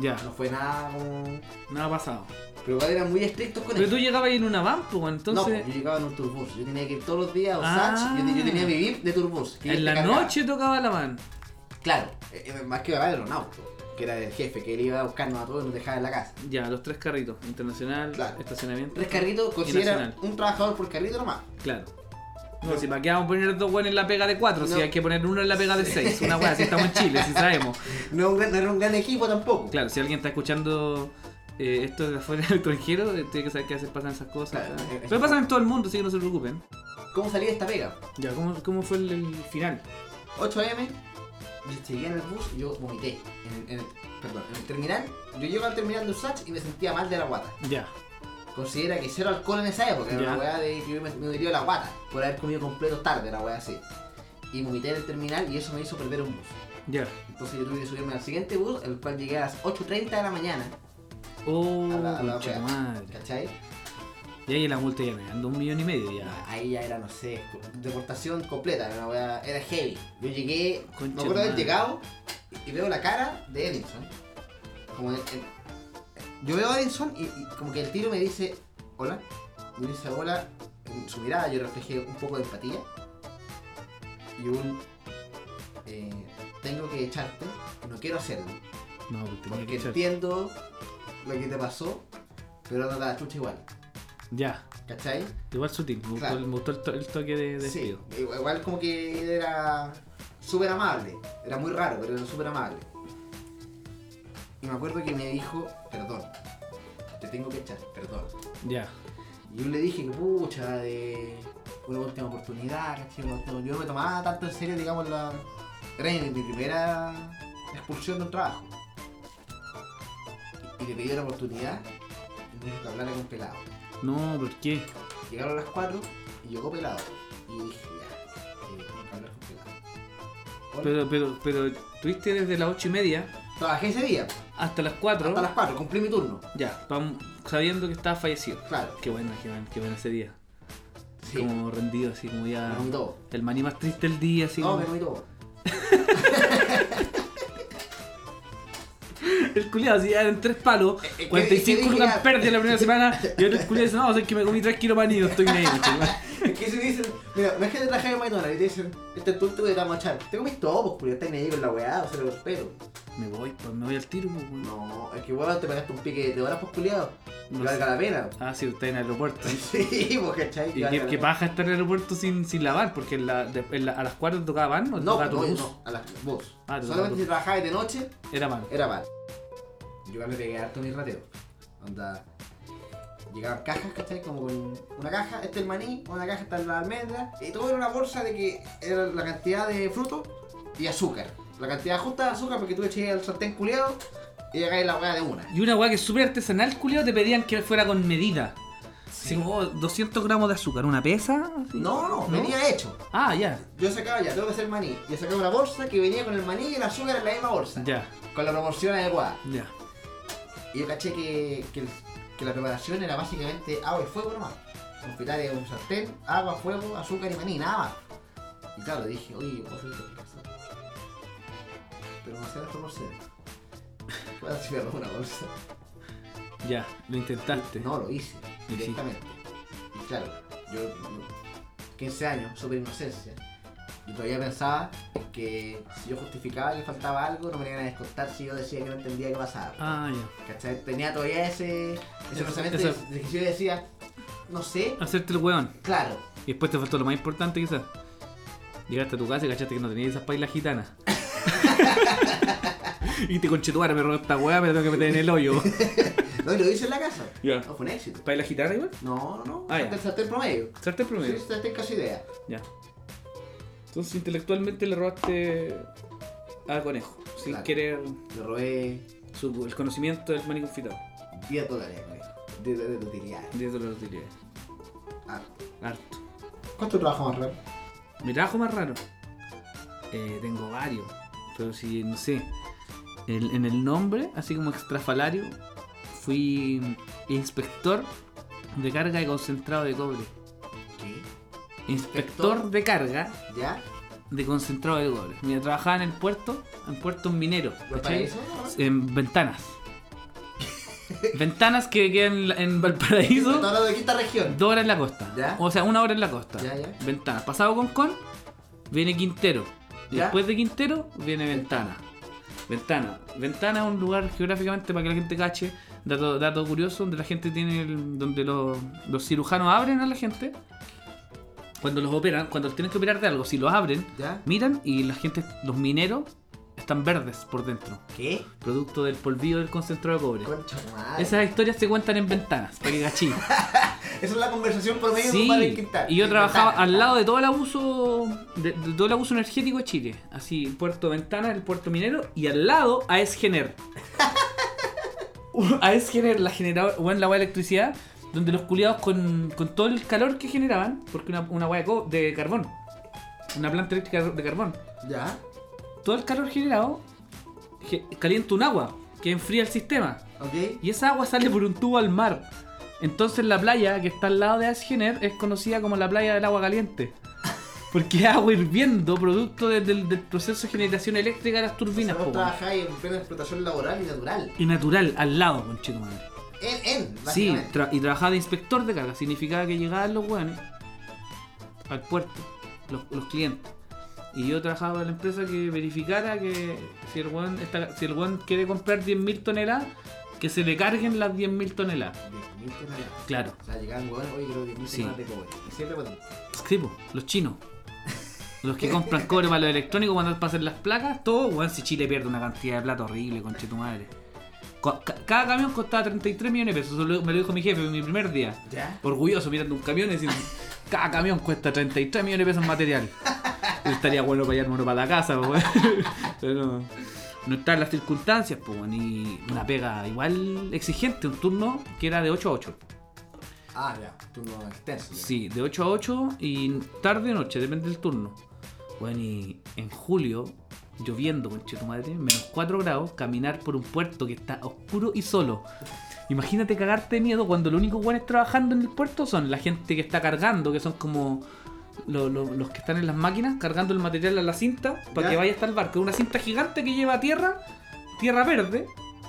Speaker 3: Ya.
Speaker 4: No fue nada como...
Speaker 3: Nada ha pasado.
Speaker 4: Pero igual eran muy estrictos con
Speaker 3: Pero
Speaker 4: eso.
Speaker 3: tú llegabas ahí en una van, po, entonces.
Speaker 4: No, pues, yo llegaba en un turbus. Yo tenía que ir todos los días a
Speaker 3: Ah.
Speaker 4: Osach. Yo, yo tenía que vivir de turbus. que
Speaker 3: en
Speaker 4: te
Speaker 3: la
Speaker 4: cargaba.
Speaker 3: noche tocaba la van.
Speaker 4: Claro, eh, eh, más que hablar de los autos, que era el jefe, que él iba a buscarnos a todos y nos dejaba en la casa.
Speaker 3: Ya, los tres carritos. Internacional,
Speaker 4: Claro.
Speaker 3: estacionamiento.
Speaker 4: Tres carritos considera
Speaker 3: nacional.
Speaker 4: un trabajador por carrito nomás.
Speaker 3: Claro. No, si para qué vamos a poner dos buenos en la pega de cuatro,
Speaker 4: No.
Speaker 3: si hay que poner uno en la pega de seis. Una weá, si estamos en Chile, si [laughs] sabemos.
Speaker 4: No, era un gran- no era un gran equipo tampoco.
Speaker 3: Claro, si alguien está escuchando eh, esto de afuera del extranjero, eh, tiene que saber qué hacer, pasan esas cosas.
Speaker 4: Claro,
Speaker 3: ¿sabes?
Speaker 4: eh,
Speaker 3: Pero pasan en todo el mundo, así que no se preocupen.
Speaker 4: ¿Cómo salí de esta pega?
Speaker 3: Ya, ¿cómo, cómo fue el, el final?
Speaker 4: 8 am, yo llegué en el bus y yo vomité. En, el- en el, perdón, en el terminal, yo llego al terminal de Usach y me sentía mal de la guata.
Speaker 3: Ya.
Speaker 4: considera que cero alcohol en esa época. Era
Speaker 3: Ya.
Speaker 4: una weá de que yo me, me dolió la guata por haber comido completo tarde, una weá así. Y vomité en el terminal y eso me hizo perder un bus.
Speaker 3: Ya.
Speaker 4: Entonces yo tuve que subirme al siguiente bus, el cual llegué a las 8.30 de la mañana,
Speaker 3: Oh,
Speaker 4: A la- a la
Speaker 3: concha
Speaker 4: wea.
Speaker 3: madre.
Speaker 4: ¿cachai?
Speaker 3: Y ahí la multa ya me ando un millón y medio ya.
Speaker 4: Ahí ya era, no sé, deportación completa, era, una weá- era heavy. Yo llegué,
Speaker 3: Concha
Speaker 4: me acuerdo haber
Speaker 3: madre.
Speaker 4: llegado y veo la cara de Edinson. Como en- en- yo veo a Edinson y, y como que el tiro me dice, hola. Y me dice, hola. En su mirada yo reflejé un poco de empatía. Y un, eh, tengo que echarte, no quiero hacerlo.
Speaker 3: No, pues tenía que
Speaker 4: Porque
Speaker 3: echar.
Speaker 4: entiendo lo que te pasó, pero no te la chucha igual.
Speaker 3: Ya.
Speaker 4: ¿Cachai?
Speaker 3: Igual sutil. Me gustó,
Speaker 4: Claro.
Speaker 3: el- me gustó el, to- el toque de de
Speaker 4: Sí,
Speaker 3: despido.
Speaker 4: igual igual como que él era súper amable. Era muy raro, pero era súper amable. Y me acuerdo que me dijo, perdón, te tengo que echar, perdón.
Speaker 3: Ya.
Speaker 4: Y yo le dije que pucha, de una última oportunidad, ¿cachai? Una última- Yo no me tomaba tanto en serio, digamos, la... Era mi, mi primera expulsión de un trabajo. Y le pedí la oportunidad y me dijo que hablara con pelado.
Speaker 3: No, ¿por qué?
Speaker 4: Llegaron las 4 y llegó pelado. Y yo dije, ya, eh, tengo que hablar con pelado. Hola.
Speaker 3: Pero, pero, pero, tuviste desde las ocho y media
Speaker 4: Trabajé ese día,
Speaker 3: hasta las 4.
Speaker 4: hasta las 4, cumplí mi turno.
Speaker 3: Ya, pam, sabiendo que estaba fallecido.
Speaker 4: Claro,
Speaker 3: Qué bueno, qué bueno, qué bueno ese día.
Speaker 4: sí.
Speaker 3: Como rendido, así como
Speaker 4: Me
Speaker 3: ya.
Speaker 4: comí todo.
Speaker 3: El maní más triste del día, así
Speaker 4: No,
Speaker 3: como.
Speaker 4: me comí todo.
Speaker 3: [laughs] El culiado, si ya eran tres palos,
Speaker 4: Es Eh, que-
Speaker 3: 45
Speaker 4: es que
Speaker 3: lucas
Speaker 4: dije,
Speaker 3: perde la primera semana. Y ahora el culiado dice, no, o sea, es que me comí tres kilos de maní, no estoy
Speaker 4: [laughs]
Speaker 3: negro.
Speaker 4: Es que si dicen, mira, no es que te traje de McDonald's y te dicen, este es tu último que te vamos a echar. Te comí todo, pues, culiao, estás ahí con la weá, o sea, los pelos.
Speaker 3: me voy, pues me voy al tiro, pues, weón.
Speaker 4: No, es que bueno, te pagaste un pique de horas, pues, culiado. Que
Speaker 3: No
Speaker 4: valga la pena. [laughs]
Speaker 3: Ah, sí, usted en el aeropuerto.
Speaker 4: Sí, pues, ¿cachai?
Speaker 3: Y
Speaker 4: valga
Speaker 3: qué,
Speaker 4: la
Speaker 3: qué
Speaker 4: pena.
Speaker 3: paja estar en el aeropuerto sin, sin lavar, porque en la- de- en la- a las 4 tocaba van o
Speaker 4: No,
Speaker 3: tocaba
Speaker 4: no,
Speaker 3: autobús.
Speaker 4: no, a las vos.
Speaker 3: Ah, te tocaba
Speaker 4: Solamente si trabajabas de noche,
Speaker 3: Era van.
Speaker 4: era mal. Yo igual me pegué harto mis rateos. Onda. Llegaban cajas, ¿cachai? Como con una caja, este es el maní, una caja está la almendra. Y todo era una bolsa de que era la cantidad de fruto y azúcar. La cantidad justa de azúcar porque tú eché al sartén culeado y llegáis la hueá de una.
Speaker 3: Y una weá que es súper artesanal, culiado, te pedían que fuera con medida. Así como oh, 200 gramos de azúcar, una pesa. así.
Speaker 4: No, no, venía hecho.
Speaker 3: Ah, ya.
Speaker 4: Yo sacaba ya, tengo que hacer maní. Yo sacaba una bolsa que venía con el maní y el azúcar en la misma bolsa.
Speaker 3: Ya,
Speaker 4: Con la proporción adecuada.
Speaker 3: ya.
Speaker 4: Y yo caché que, que, el- que la preparación era básicamente agua y fuego nomás. Confitar en un sartén, agua, fuego, azúcar y maní, nada más. Y claro, dije, oye, yo puedo hacer esto en mi casa. Pero no sé [laughs] las proporciones. Voy a hacer una bolsa.
Speaker 3: Ya, lo intentaste.
Speaker 4: No, lo hice,
Speaker 3: Y sí.
Speaker 4: directamente. Y claro, yo, yo, 15 años, súper inocencia. Yo todavía pensaba que si yo justificaba que faltaba algo, no me iban a descontar si yo decía que no entendía qué pasaba.
Speaker 3: Ah, ya.
Speaker 4: ¿Cachai? Tenía todavía ese, ese
Speaker 3: Eso-
Speaker 4: pensamiento
Speaker 3: eso.
Speaker 4: de- de que yo decía, no sé,
Speaker 3: Hacerte el weón.
Speaker 4: claro,
Speaker 3: Y después te faltó lo más importante, quizás. Llegaste a tu casa y cachaste que no tenías esas pailas [laughs] gitanas. y te conchetuara, me robó esta weá, me la tengo que meter en el hoyo.
Speaker 4: no, y lo hice en la casa.
Speaker 3: [laughs] Ya.
Speaker 4: No, fue un éxito.
Speaker 3: ¿Paila gitana igual?
Speaker 4: No, no, no,
Speaker 3: Ah, ya.
Speaker 4: hasta el sartén promedio.
Speaker 3: Suerte el
Speaker 4: Sí,
Speaker 3: promedio.
Speaker 4: hasta el sartén casi idea.
Speaker 3: Ya. Entonces intelectualmente le robaste al conejo. Sin
Speaker 4: Claro.
Speaker 3: querer
Speaker 4: Le robé
Speaker 3: su- el conocimiento del maní confitado.
Speaker 4: 10 dólares, güey, 10 dólares de utilidades.
Speaker 3: 10 dólares de utilidades.
Speaker 4: Ah,
Speaker 3: Harto.
Speaker 4: ¿Cuánto trabajo más raro?
Speaker 3: Mi trabajo más raro. Eh, tengo varios. Pero si, no sé. el- en el nombre, así como extrafalario, fui inspector de carga y concentrado de cobre.
Speaker 4: ¿Qué?
Speaker 3: Inspector de carga
Speaker 4: ¿Ya?
Speaker 3: de concentrado de cobre. Mira, trabajaba en el puerto, en puertos mineros.
Speaker 4: ¿Los
Speaker 3: ¿cachai?
Speaker 4: paraísos?
Speaker 3: En ventanas. [laughs] ventanas que quedan en, la- en Valparaíso.
Speaker 4: [laughs] Estamos hablando de quinta región.
Speaker 3: Dos horas en la costa.
Speaker 4: ¿Ya?
Speaker 3: O sea, una hora en la costa.
Speaker 4: Ya, ya.
Speaker 3: Ventana. Pasado con con, viene Quintero. Y
Speaker 4: ¿Ya?
Speaker 3: Después de Quintero, viene Ventana. Ventana. Ventana es un lugar geográficamente para que la gente cache. Dato, dato curioso, donde la gente tiene. el- donde los, los cirujanos abren a la gente. Cuando los operan, cuando los tienen que operar de algo, si los abren,
Speaker 4: ¿Ya?
Speaker 3: miran y la gente, los mineros, están verdes por dentro.
Speaker 4: ¿Qué?
Speaker 3: Producto del polvillo del concentrado de cobre.
Speaker 4: Concha de madre. Esa...
Speaker 3: Esas historias se cuentan en ventanas, para que cachis.
Speaker 4: es la conversación promedio de
Speaker 3: Sí,
Speaker 4: un bar en Quintana.
Speaker 3: y yo
Speaker 4: En
Speaker 3: trabajaba
Speaker 4: Quintana.
Speaker 3: al lado de todo el abuso de, de todo el abuso energético de Chile. Así, Puerto Ventana, el puerto minero, y al lado a Esgener. a Esgener, la generadora, bueno, la hueá de electricidad, donde los culiados con, con todo el calor que generaban, porque una, una hueá de co- de carbón, una planta eléctrica de carbón,
Speaker 4: Ya.
Speaker 3: todo el calor generado ge- calienta un agua que enfría el sistema.
Speaker 4: Ok.
Speaker 3: Y esa agua sale por un tubo al mar. Entonces la playa que está al lado de Asgener es conocida como la playa del agua caliente. Porque es agua hirviendo, producto de- del, del proceso de generación eléctrica de las turbinas.
Speaker 4: O sea,
Speaker 3: po,
Speaker 4: vos
Speaker 3: weón.
Speaker 4: trabajáis en plena explotación laboral y natural.
Speaker 3: y natural, al lado, conchito madre.
Speaker 4: En, en,
Speaker 3: Sí,
Speaker 4: básicamente.
Speaker 3: tra- y trabajaba de inspector de carga. Significaba que llegaban los weones al puerto, los, los clientes. Y yo trabajaba para la empresa que verificara que si el weón, está- si el weón quiere comprar 10.000 toneladas, que se le carguen las 10.000 toneladas.
Speaker 4: 10.000 toneladas.
Speaker 3: Claro.
Speaker 4: O sea, llegaban hueones, oye, quiero 10.000
Speaker 3: Sí.
Speaker 4: toneladas de cobre. Y siempre bueno.
Speaker 3: Sí, po, los chinos. Los que compran cobre para los electrónicos cuando pasan las placas, todo, weón, si Chile pierde una cantidad de plata horrible, conche tu madre. Co- ca- Cada camión costaba 33 millones de pesos, eso lo- me lo dijo mi jefe en mi primer día.
Speaker 4: Ya.
Speaker 3: orgulloso mirando un camión y diciendo, cada camión cuesta 33 millones de pesos en material. Yo estaría bueno para llevarme uno para la casa, po, weón. [laughs] pero no, no están las circunstancias, pues, ni una pega igual exigente, un turno que era de 8 a 8.
Speaker 4: Ah, ya. Turno extenso. ya.
Speaker 3: Sí, de 8 a 8 y tarde o noche, depende del turno. Bueno, y en julio, lloviendo, conche tu madre, menos 4 grados, caminar por un puerto que está oscuro y solo. Imagínate cagarte de miedo cuando los únicos buenos trabajando en el puerto son la gente que está cargando, que son como lo- lo- los que están en las máquinas cargando el material a la cinta para
Speaker 4: Ya.
Speaker 3: que vaya hasta el barco. Una cinta gigante que lleva tierra, tierra verde,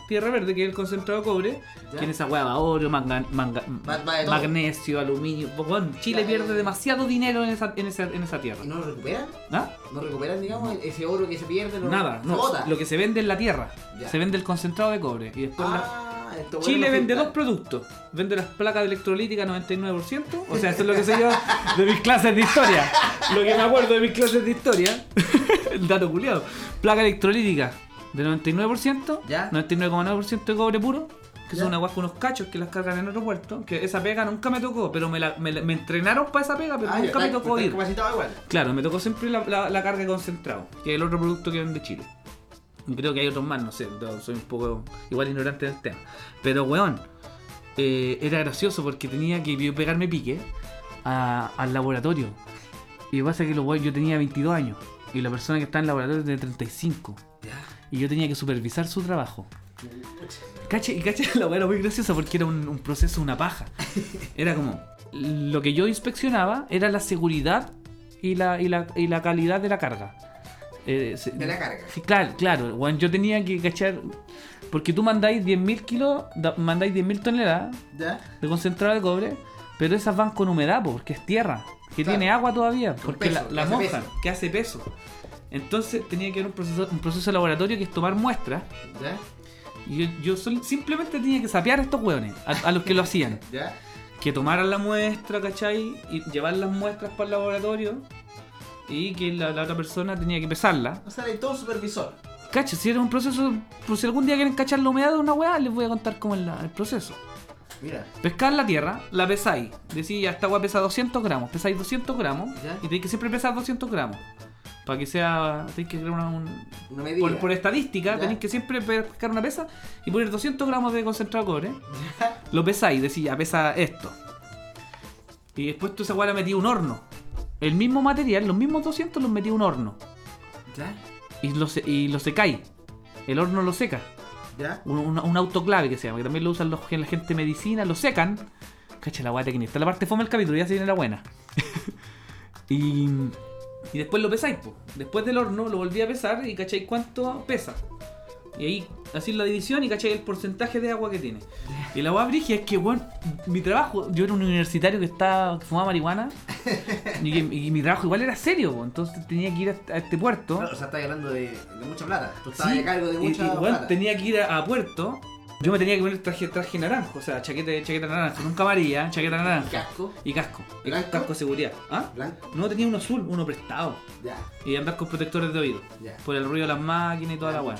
Speaker 3: tierra verde que es el concentrado de cobre,
Speaker 4: Ya.
Speaker 3: tiene esa hueá? Oro, manga- manga-
Speaker 4: Va- va de todo.
Speaker 3: magnesio, aluminio. Bueno, Chile
Speaker 4: Ya,
Speaker 3: pierde
Speaker 4: eh.
Speaker 3: demasiado dinero en esa, en esa, en esa tierra.
Speaker 4: ¿Y no lo recuperan?
Speaker 3: ¿Ah?
Speaker 4: ¿No recuperan, digamos, ese oro que se pierde? lo-
Speaker 3: Nada,
Speaker 4: se
Speaker 3: no.
Speaker 4: bota?
Speaker 3: Lo que se vende en la tierra.
Speaker 4: Ya.
Speaker 3: Se vende el concentrado de cobre. Y después la-
Speaker 4: Ah, esto bueno,
Speaker 3: Chile
Speaker 4: no
Speaker 3: vende
Speaker 4: filtra.
Speaker 3: dos productos. Vende las placas electrolíticas 99%.
Speaker 4: [laughs]
Speaker 3: O sea, eso es lo que sé yo de mis clases de historia. Lo que me acuerdo de mis clases de historia. [laughs] el dato culiado. Placa electrolítica de 99%.
Speaker 4: Ya.
Speaker 3: 99,9% de cobre puro. Que
Speaker 4: Ya.
Speaker 3: son una guas con unos cachos que las cargan en otro puerto. Que esa pega nunca me tocó, pero me, la- me la- me entrenaron para esa pega, pero
Speaker 4: Ah, ya,
Speaker 3: nunca me
Speaker 4: está-
Speaker 3: tocó
Speaker 4: está
Speaker 3: ir.
Speaker 4: capacitado igual.
Speaker 3: Claro, me tocó siempre la, la- la carga de concentrado, que es el otro producto que vende Chile. Y Creo que hay otros más, no sé, yo soy un poco igual ignorante del tema. Pero, weón, eh, era gracioso porque tenía que yo pegarme pique a- al laboratorio. Y lo que pasa es que los weones- yo tenía 22 años y la persona que está en el laboratorio tiene 35. Y yo tenía que supervisar su trabajo. Cache, y cache, [laughs] la weá era muy graciosa porque era un, un proceso, una paja. Era como, lo que yo inspeccionaba era la seguridad y la, y la, y la calidad de la carga. Eh, se-
Speaker 4: De la carga.
Speaker 3: Sí, claro, claro, weón, yo tenía que cachar, porque tú mandáis 10.000 kilos, da- mandáis 10.000 toneladas
Speaker 4: Ya.
Speaker 3: de concentrado de cobre, pero esas van con humedad, po, porque es tierra, que
Speaker 4: Claro.
Speaker 3: tiene agua todavía, porque
Speaker 4: peso,
Speaker 3: la,
Speaker 4: que
Speaker 3: la
Speaker 4: hace
Speaker 3: mojan,
Speaker 4: peso.
Speaker 3: que hace peso. Entonces tenía que haber un proceso, un proceso de laboratorio que es tomar muestras
Speaker 4: Ya.
Speaker 3: y yo, yo sol- simplemente tenía que sapear a estos hueones, a, a los que lo hacían.
Speaker 4: [laughs] Ya.
Speaker 3: Que tomaran la muestra, ¿cachai? Y llevar las muestras para el laboratorio. Y que la, la otra persona tenía que pesarla.
Speaker 4: O sea, hay todo supervisor.
Speaker 3: Cacha, si era un proceso. Por si algún día quieren cachar la humedad de una hueá, les voy a contar cómo es la- el proceso.
Speaker 4: Mira.
Speaker 3: Pescar la tierra, la pesáis. Decís, ya esta hueá pesa 200 gramos. Pesáis 200 gramos.
Speaker 4: Ya.
Speaker 3: Y tenéis que siempre pesar 200 gramos. Para que sea. Tenéis que crear una, un,
Speaker 4: Una medida.
Speaker 3: por, por estadística,
Speaker 4: Ya.
Speaker 3: tenéis que siempre pescar una pesa y poner 200 gramos de concentrado de cobre. Lo pesáis, decís, ya pesa esto. Y después tú esa hueá la metí a un horno. El mismo material, los mismos 200 los metí a un horno.
Speaker 4: Ya.
Speaker 3: Y lo, se- y lo secáis. El horno lo seca.
Speaker 4: Ya.
Speaker 3: Un, un- un autoclave que se llama, que también lo usan los, la gente de medicina, lo secan. Cacha la guata que está la parte fome del capítulo, ya se viene la buena. y, y después lo pesáis, po. Después del horno lo volví a pesar y cacháis cuánto pesa. Y ahí hacéis la división y cacháis el porcentaje de agua que tiene. Y la guata brigia es que, bueno, mi trabajo, yo era un universitario que estaba que fumaba marihuana. y, que- y mi trabajo igual era serio, po. Entonces tenía que ir a, a este puerto.
Speaker 4: Claro, o sea, estás hablando de, de mucha plata. Tú estabas
Speaker 3: Sí,
Speaker 4: a cargo de
Speaker 3: y-
Speaker 4: mucha
Speaker 3: y, weón,
Speaker 4: plata.
Speaker 3: tenía que ir a, a puerto. Yo me tenía que poner traje, traje naranjo, o sea, chaqueta, chaqueta naranja, nunca amarilla, chaqueta naranja
Speaker 4: Casco.
Speaker 3: y casco. Y
Speaker 4: ¿Blanco?
Speaker 3: casco de seguridad. ¿Ah?
Speaker 4: Blanco.
Speaker 3: No, tenía uno azul, uno prestado.
Speaker 4: Ya.
Speaker 3: Y andar con protectores de oído.
Speaker 4: Ya.
Speaker 3: Por el ruido de las máquinas y toda la
Speaker 4: Ya,
Speaker 3: weá.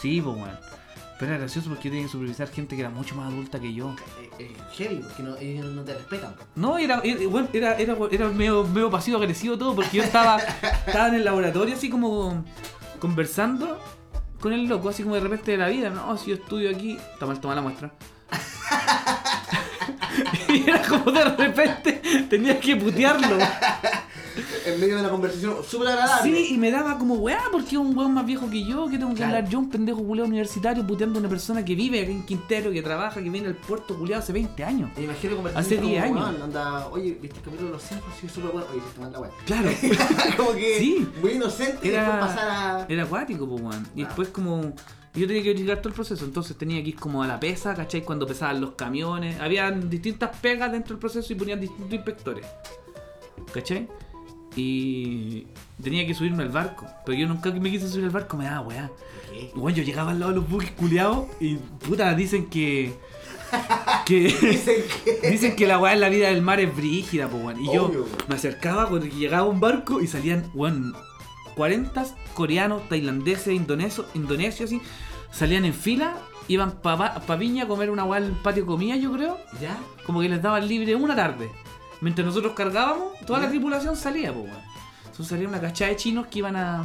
Speaker 3: Sí, pues weón. Pero era gracioso porque yo tenía que supervisar gente que era mucho más adulta que yo.
Speaker 4: Eh, eh, heavy, porque no, ellos no te respetan.
Speaker 3: No, era, era, bueno, era, era, era medio, medio pasivo agresivo todo, porque yo estaba, estaba en el laboratorio así como conversando con el loco, así como de repente de la vida, no, si yo estudio aquí, está mal tomar la muestra. Y era como de repente tenía que putearlo.
Speaker 4: Eh, En medio de una conversación súper agradable.
Speaker 3: Sí, y me daba como weá, porque es un weón más viejo que yo, que tengo que
Speaker 4: Claro.
Speaker 3: hablar yo, un pendejo culiado universitario, puteando a una persona que vive aquí en Quintero, que trabaja, que viene al puerto culiado hace 20 años.
Speaker 4: Me imagino conversaciones
Speaker 3: Hace 10
Speaker 4: como,
Speaker 3: años.
Speaker 4: "Weón, anda, oye, viste el capítulo de los Simpsons, sí, súper bueno. Oye, está mal la weá.
Speaker 3: [laughs] Claro.
Speaker 4: [laughs] como que
Speaker 3: Sí.
Speaker 4: muy inocente y
Speaker 3: Era-
Speaker 4: después pasar a.
Speaker 3: Era acuático, pues, weón. Y
Speaker 4: Ah.
Speaker 3: después como... Yo tenía que llegar todo el proceso, entonces tenía que ir como a la pesa, ¿cachai? Cuando pesaban los camiones. Habían distintas pegas dentro del proceso y ponían distintos inspectores. ¿Cachai? Y tenía que subirme al barco. Pero yo nunca me quise subir al barco, me daba weá.
Speaker 4: ¿Qué?
Speaker 3: Bueno, yo llegaba al lado de los buques culiados y puta, dicen que. que
Speaker 4: [laughs] Dicen que.
Speaker 3: dicen que la weá en la vida del mar es brígida, pues weón. Y
Speaker 4: Obvio,
Speaker 3: yo
Speaker 4: weón.
Speaker 3: me acercaba cuando llegaba a un barco y salían, weón, 40 coreanos, tailandeses, indonesos, indonesios, así, salían en fila, iban para pa Viña a comer una weá al patio comía, yo creo,
Speaker 4: ¿Ya?
Speaker 3: como que les daban libre una tarde. Mientras nosotros cargábamos, toda la tripulación salía, pues weón. Entonces salía una cachada de chinos que iban a.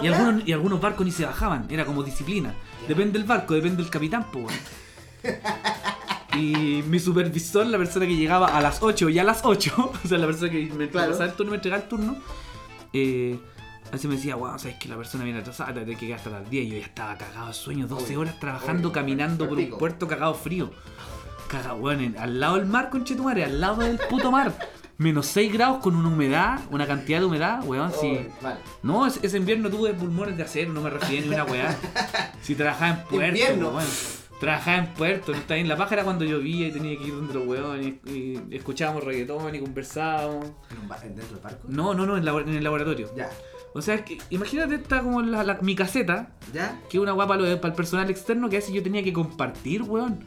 Speaker 3: Y
Speaker 4: Habla.
Speaker 3: algunos, y algunos barcos ni se bajaban, era como disciplina. Depende del barco, depende del capitán, po,
Speaker 4: [laughs]
Speaker 3: weón. Y mi supervisor, la persona que llegaba a las 8 y a las 8, [laughs] o sea, la persona que me
Speaker 4: Claro.
Speaker 3: pasaba el turno, me entregaba el turno, eh, así me decía, wow, sabes que la persona viene atrasada, te tenés que quedar hasta las 10. Y yo ya estaba cagado de sueño, 12
Speaker 4: Obvio,
Speaker 3: horas trabajando,
Speaker 4: obvio,
Speaker 3: caminando por un
Speaker 4: palpico.
Speaker 3: puerto cagado frío. Cagado, weón, en- al lado del mar, conchetumare, al lado del puto mar. Menos 6 grados con una humedad, una cantidad de humedad, weón, sí.
Speaker 4: Oh, Vale.
Speaker 3: No, es- ese invierno tuve pulmones de acero, no me refié ni
Speaker 4: [laughs]
Speaker 3: una weá. Si trabajaba en puerto,
Speaker 4: Invierno.
Speaker 3: po, weón. Trabajaba en puerto, no estaba en la paja era cuando llovía y tenía que ir donde los weones, y escuchábamos reggaetón y conversábamos.
Speaker 4: ¿En un bar- en- ¿Dentro del barco?
Speaker 3: No, no, no, en, la- en el laboratorio.
Speaker 4: Ya.
Speaker 3: O sea, es que, imagínate esta como la, la- mi caseta,
Speaker 4: ¿Ya?
Speaker 3: que es una guapa para el personal externo que a veces yo tenía que
Speaker 4: [laughs]
Speaker 3: compartir, weón.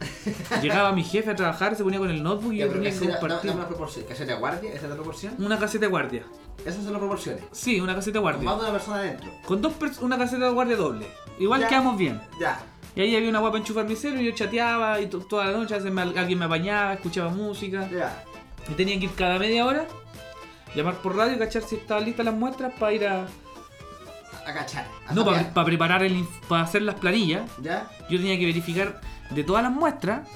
Speaker 3: Llegaba mi jefe a trabajar, se ponía con el notebook y
Speaker 4: Ya,
Speaker 3: yo
Speaker 4: pero
Speaker 3: tenía que
Speaker 4: casera, dame,
Speaker 3: compartir.
Speaker 4: dame una proporción. ¿Casera de guardia? ¿Esa es la proporción?
Speaker 3: Una caseta de guardia.
Speaker 4: Esas son las proporciones.
Speaker 3: Sí, una caseta de
Speaker 4: Con más
Speaker 3: guardia.
Speaker 4: de una persona adentro.
Speaker 3: Con dos pers- una caseta de guardia doble. Igual
Speaker 4: Ya.
Speaker 3: quedamos bien.
Speaker 4: Ya.
Speaker 3: Y ahí había una guapa enchufar mi celu y yo chateaba y to- toda la noche a veces me- alguien me apañaba, escuchaba música.
Speaker 4: Ya.
Speaker 3: Me tenían que ir cada media hora, llamar por radio y cachar si estaban listas las muestras para ir a...
Speaker 4: A a cachar. a
Speaker 3: No, para
Speaker 4: sapear.
Speaker 3: preparar el... para hacer las planillas.
Speaker 4: ¿Ya?
Speaker 3: Yo tenía que verificar de todas las muestras,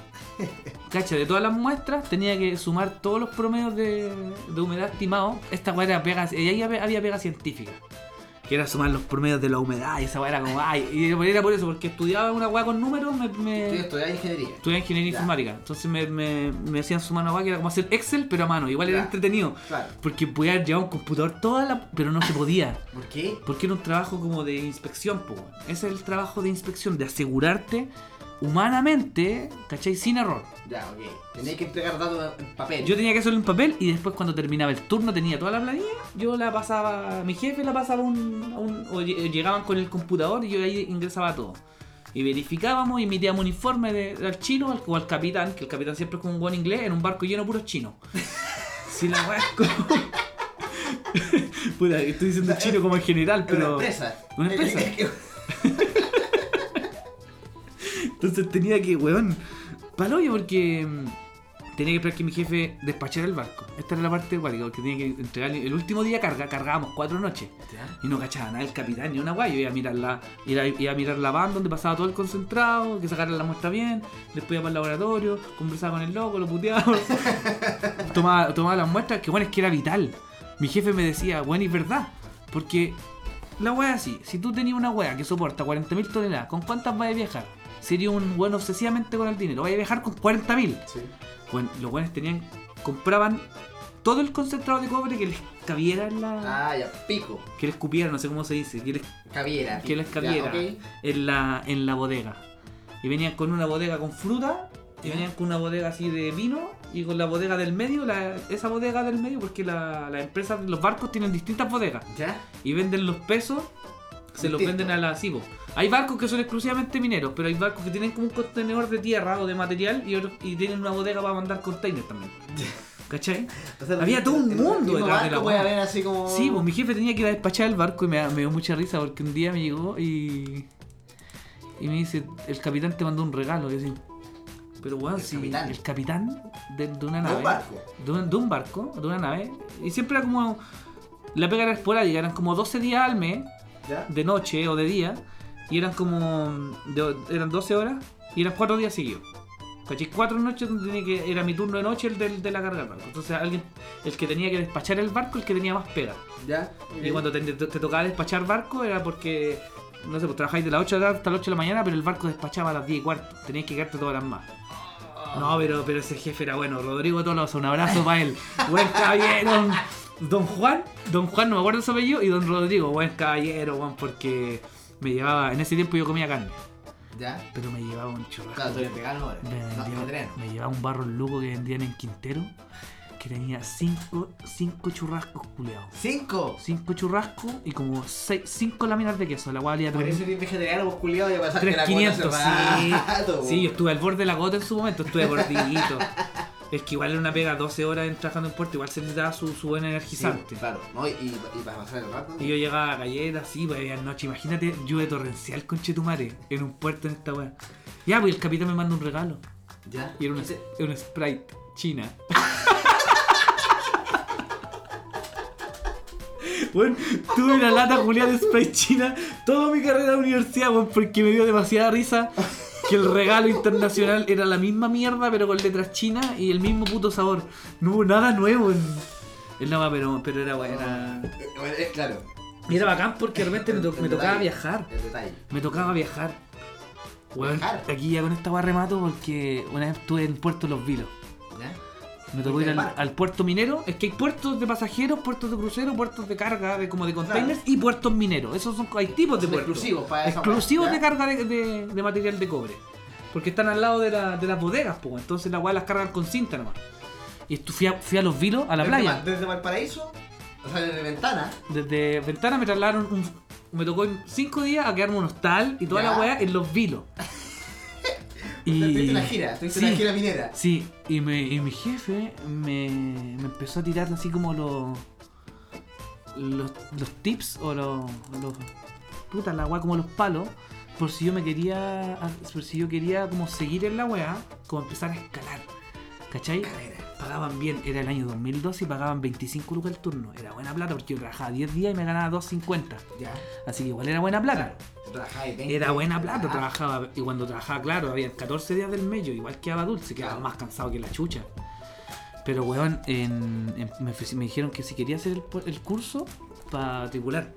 Speaker 3: cacha, de todas las muestras tenía que sumar todos los promedios de, de humedad estimados. Esta weá era pega, y ahí había había pega científica. Que era sumar los promedios de la humedad y esa weá era como, ay, y era por eso, porque estudiaba una weá con números, me- me...
Speaker 4: Estoy estudiando ingeniería.
Speaker 3: Estudié ingeniería
Speaker 4: Ya.
Speaker 3: informática, entonces me, me, me hacían sumar una hueá que era como hacer Excel, pero a mano. Igual era
Speaker 4: Ya.
Speaker 3: entretenido,
Speaker 4: Claro.
Speaker 3: porque podía llevar un computador toda la. pero no se podía.
Speaker 4: ¿Por qué?
Speaker 3: Porque era un trabajo como de inspección, po. weón. Ese es el trabajo de inspección, de asegurarte humanamente, ¿cachai? Sin error.
Speaker 4: Ya, ok. Tenéis que entregar datos en papel.
Speaker 3: Yo tenía que hacerlo en papel y después, cuando terminaba el turno, tenía toda la planilla. Yo la pasaba, mi jefe la pasaba a un. a un- o lle- eh, llegaban con el computador y yo ahí ingresaba todo. Y verificábamos y emitíamos un informe de- al chino al- o al capitán, que el capitán siempre es como un buen inglés, en un barco lleno de puros chinos. si la weá es como. [laughs] Puta, estoy diciendo chino como en general,
Speaker 4: Es
Speaker 3: pero.
Speaker 4: Una empresa.
Speaker 3: Una empresa. Entonces tenía que, weón, paloyo porque mm, tenía que esperar que mi jefe despachara el barco. Esta era la parte acuática, porque tenía que entregar el último día carga, cargábamos cuatro noches.
Speaker 4: [laughs] ¿Ya?
Speaker 3: Y no cachaba nada el capitán ni una guay. Yo iba a mirar la, iba, iba a mirar la van donde pasaba todo el concentrado, que sacaran la muestra bien, después iba para el laboratorio, conversaba con el loco, lo puteaba, tomaba, tomaba las muestras, que bueno, es que era vital. Mi jefe me decía, bueno, es verdad, porque la wea es así, si tú tenías una wea que soporta 40.000 toneladas, ¿con cuántas vas a viajar? Sería un buen obsesivamente con el dinero, vas a viajar con 40.000.
Speaker 4: Sí.
Speaker 3: Bueno, los buenos tenían, compraban todo el concentrado de cobre que les cabiera en la...
Speaker 4: Ah, ya. Pico.
Speaker 3: Que les cupiera, no sé cómo se dice, que les
Speaker 4: Caviera.
Speaker 3: Que les
Speaker 4: Ya,
Speaker 3: caviera.
Speaker 4: ok.
Speaker 3: en la, en la bodega. Y venían con una bodega con fruta, y venían con una bodega así de vino, y con la bodega del medio, la- esa bodega del medio, porque la- las empresas, los barcos tienen distintas bodegas,
Speaker 4: ¿Ya?
Speaker 3: y venden los pesos, se los
Speaker 4: Distinto.
Speaker 3: venden a la CIBO. Hay barcos que son exclusivamente mineros, pero hay barcos que tienen como un contenedor de tierra o de material, y, otros- y tienen una bodega para mandar containers también. ¿Cachai?
Speaker 4: O sea,
Speaker 3: Había todo un
Speaker 4: en
Speaker 3: mundo
Speaker 4: mismo
Speaker 3: detrás de la
Speaker 4: barco puede
Speaker 3: hueá.
Speaker 4: haber así como.
Speaker 3: Sí, pues mi jefe tenía que ir a despachar el barco y me, da- me dio mucha risa porque un día me llegó y. Y me dice, el capitán te mandó un regalo. Y yo así, pero bueno,
Speaker 4: ¿El
Speaker 3: si
Speaker 4: capitán?
Speaker 3: el capitán de, de una
Speaker 4: De
Speaker 3: nave.
Speaker 4: un barco.
Speaker 3: De un, de un barco, de una nave. Y siempre era como. La pega era esporádica, eran como 12 días al mes,
Speaker 4: ¿Ya?
Speaker 3: de noche o de día. Y eran como. de- eran 12 horas y eran 4 días seguidos. ¿Cachai? Cuatro noches donde tenía que, era mi turno de noche el del- de la carga del barco. Entonces alguien, el que tenía que despachar el barco, el que tenía más pega.
Speaker 4: ¿Ya?
Speaker 3: Y cuando te, te tocaba despachar barco era porque, no sé, pues trabajáis de las 8 de la tarde hasta las 8 de la mañana, pero el barco despachaba a las 10 y cuarto. Tenías que quedarte todas las más. No, pero, pero ese jefe era bueno. Rodrigo Tolosa, un abrazo
Speaker 4: [laughs]
Speaker 3: para él. Buen caballero. Don Juan, don Juan, no me acuerdo su apellido, y don Rodrigo, buen caballero, Juan, porque me llevaba, en ese tiempo yo comía carne,
Speaker 4: ¿Ya?
Speaker 3: pero me llevaba un churrasco.
Speaker 4: Claro, tú eres vegano ahora.
Speaker 3: Me,
Speaker 4: No,
Speaker 3: vendió-
Speaker 4: vegetariano.
Speaker 3: me llevaba un barro luco que vendían en Quintero que tenía 5 churrascos culeados.
Speaker 4: ¡Cinco!
Speaker 3: 5 churrascos y como 5 láminas de queso. La cual
Speaker 4: Por eso eres vegetariano, vos culiado, ya pasaste la cuota hace
Speaker 3: 3500, sí.
Speaker 4: rato,
Speaker 3: Sí, yo
Speaker 4: po.
Speaker 3: estuve al borde de la gota en su momento, estuve gordito. es que igual era una pega 12 horas en- trabajando en puerto, igual se necesitaba su, su buen
Speaker 4: Sí,
Speaker 3: energizante.
Speaker 4: Claro, ¿no? Y, y para pasar el rato.
Speaker 3: y yo llegaba a galletas, sí, pues había noche. Imagínate, lluvia torrencial con Chetumare en un puerto en esta weá. Ya, pues el capitán me manda un regalo.
Speaker 4: ¿Ya?
Speaker 3: Y era una, era una Sprite china. Bueno, tuve una lata Julián de Sprite china toda mi carrera de universidad, weón, porque me dio demasiada risa que el regalo internacional era la misma mierda, pero con letras chinas y el mismo puto sabor. No hubo nada nuevo. En... en la weá, pero, pero era buena.
Speaker 4: Eh, bueno, eh, claro.
Speaker 3: Y era bacán porque realmente me, to-
Speaker 4: El
Speaker 3: me tocaba
Speaker 4: detalle,
Speaker 3: viajar.
Speaker 4: El detalle.
Speaker 3: Me tocaba viajar. Weón,
Speaker 4: ¿Viajar?
Speaker 3: aquí ya con esta weá remato porque una vez estuve en Puerto Los Vilos.
Speaker 4: ¿Ya?
Speaker 3: Me tocó
Speaker 4: ¿Fuiste
Speaker 3: ir
Speaker 4: en
Speaker 3: al,
Speaker 4: barco?
Speaker 3: al puerto minero. Es que hay puertos de pasajeros, puertos de crucero, puertos de carga, de como de containers y puertos mineros. Esos son hay tipos de
Speaker 4: Son
Speaker 3: puertos.
Speaker 4: exclusivos para esa
Speaker 3: Exclusivos
Speaker 4: weá,
Speaker 3: de
Speaker 4: ¿ya?
Speaker 3: carga de, de- de material de cobre. Porque están al lado de, la- de las bodegas, pues. Entonces la weá las cargan con cinta nomás. Y estu- fui a, fui a los vilos, a la
Speaker 4: Desde
Speaker 3: playa.
Speaker 4: Val- Desde Valparaíso, o sea, desde Ventana.
Speaker 3: Desde Ventana me trasladaron un- Me tocó en cinco días a quedarme en un hostal y toda
Speaker 4: Ya.
Speaker 3: la weá en
Speaker 4: [laughs]
Speaker 3: los vilos.
Speaker 4: Y... Tuviste la gira, tuviste la
Speaker 3: Sí.
Speaker 4: gira minera.
Speaker 3: Sí, y, me, y mi jefe me, me empezó a tirar así como los. los, los tips o los. los puta, la weá, como los palos. Por si yo me quería. Por si yo quería como seguir en la weá, como empezar a escalar. ¿Cachai?
Speaker 4: Carrera.
Speaker 3: Pagaban bien, era el año 2012 y pagaban 25 lucas el turno. Era buena plata porque yo trabajaba 10 días y me ganaba 2.50.
Speaker 4: Ya.
Speaker 3: Así que igual era buena plata.
Speaker 4: Tú trabajabas de 20,
Speaker 3: Era buena plata,
Speaker 4: ¿verdad?
Speaker 3: trabajaba. Y cuando trabajaba, claro, había 14 días del medio, igual quedaba dulce, quedaba
Speaker 4: Claro.
Speaker 3: más cansado que la chucha. Pero, weón, en- en- me, ofreci- me dijeron que si quería hacer el, pu- el curso, para tripular.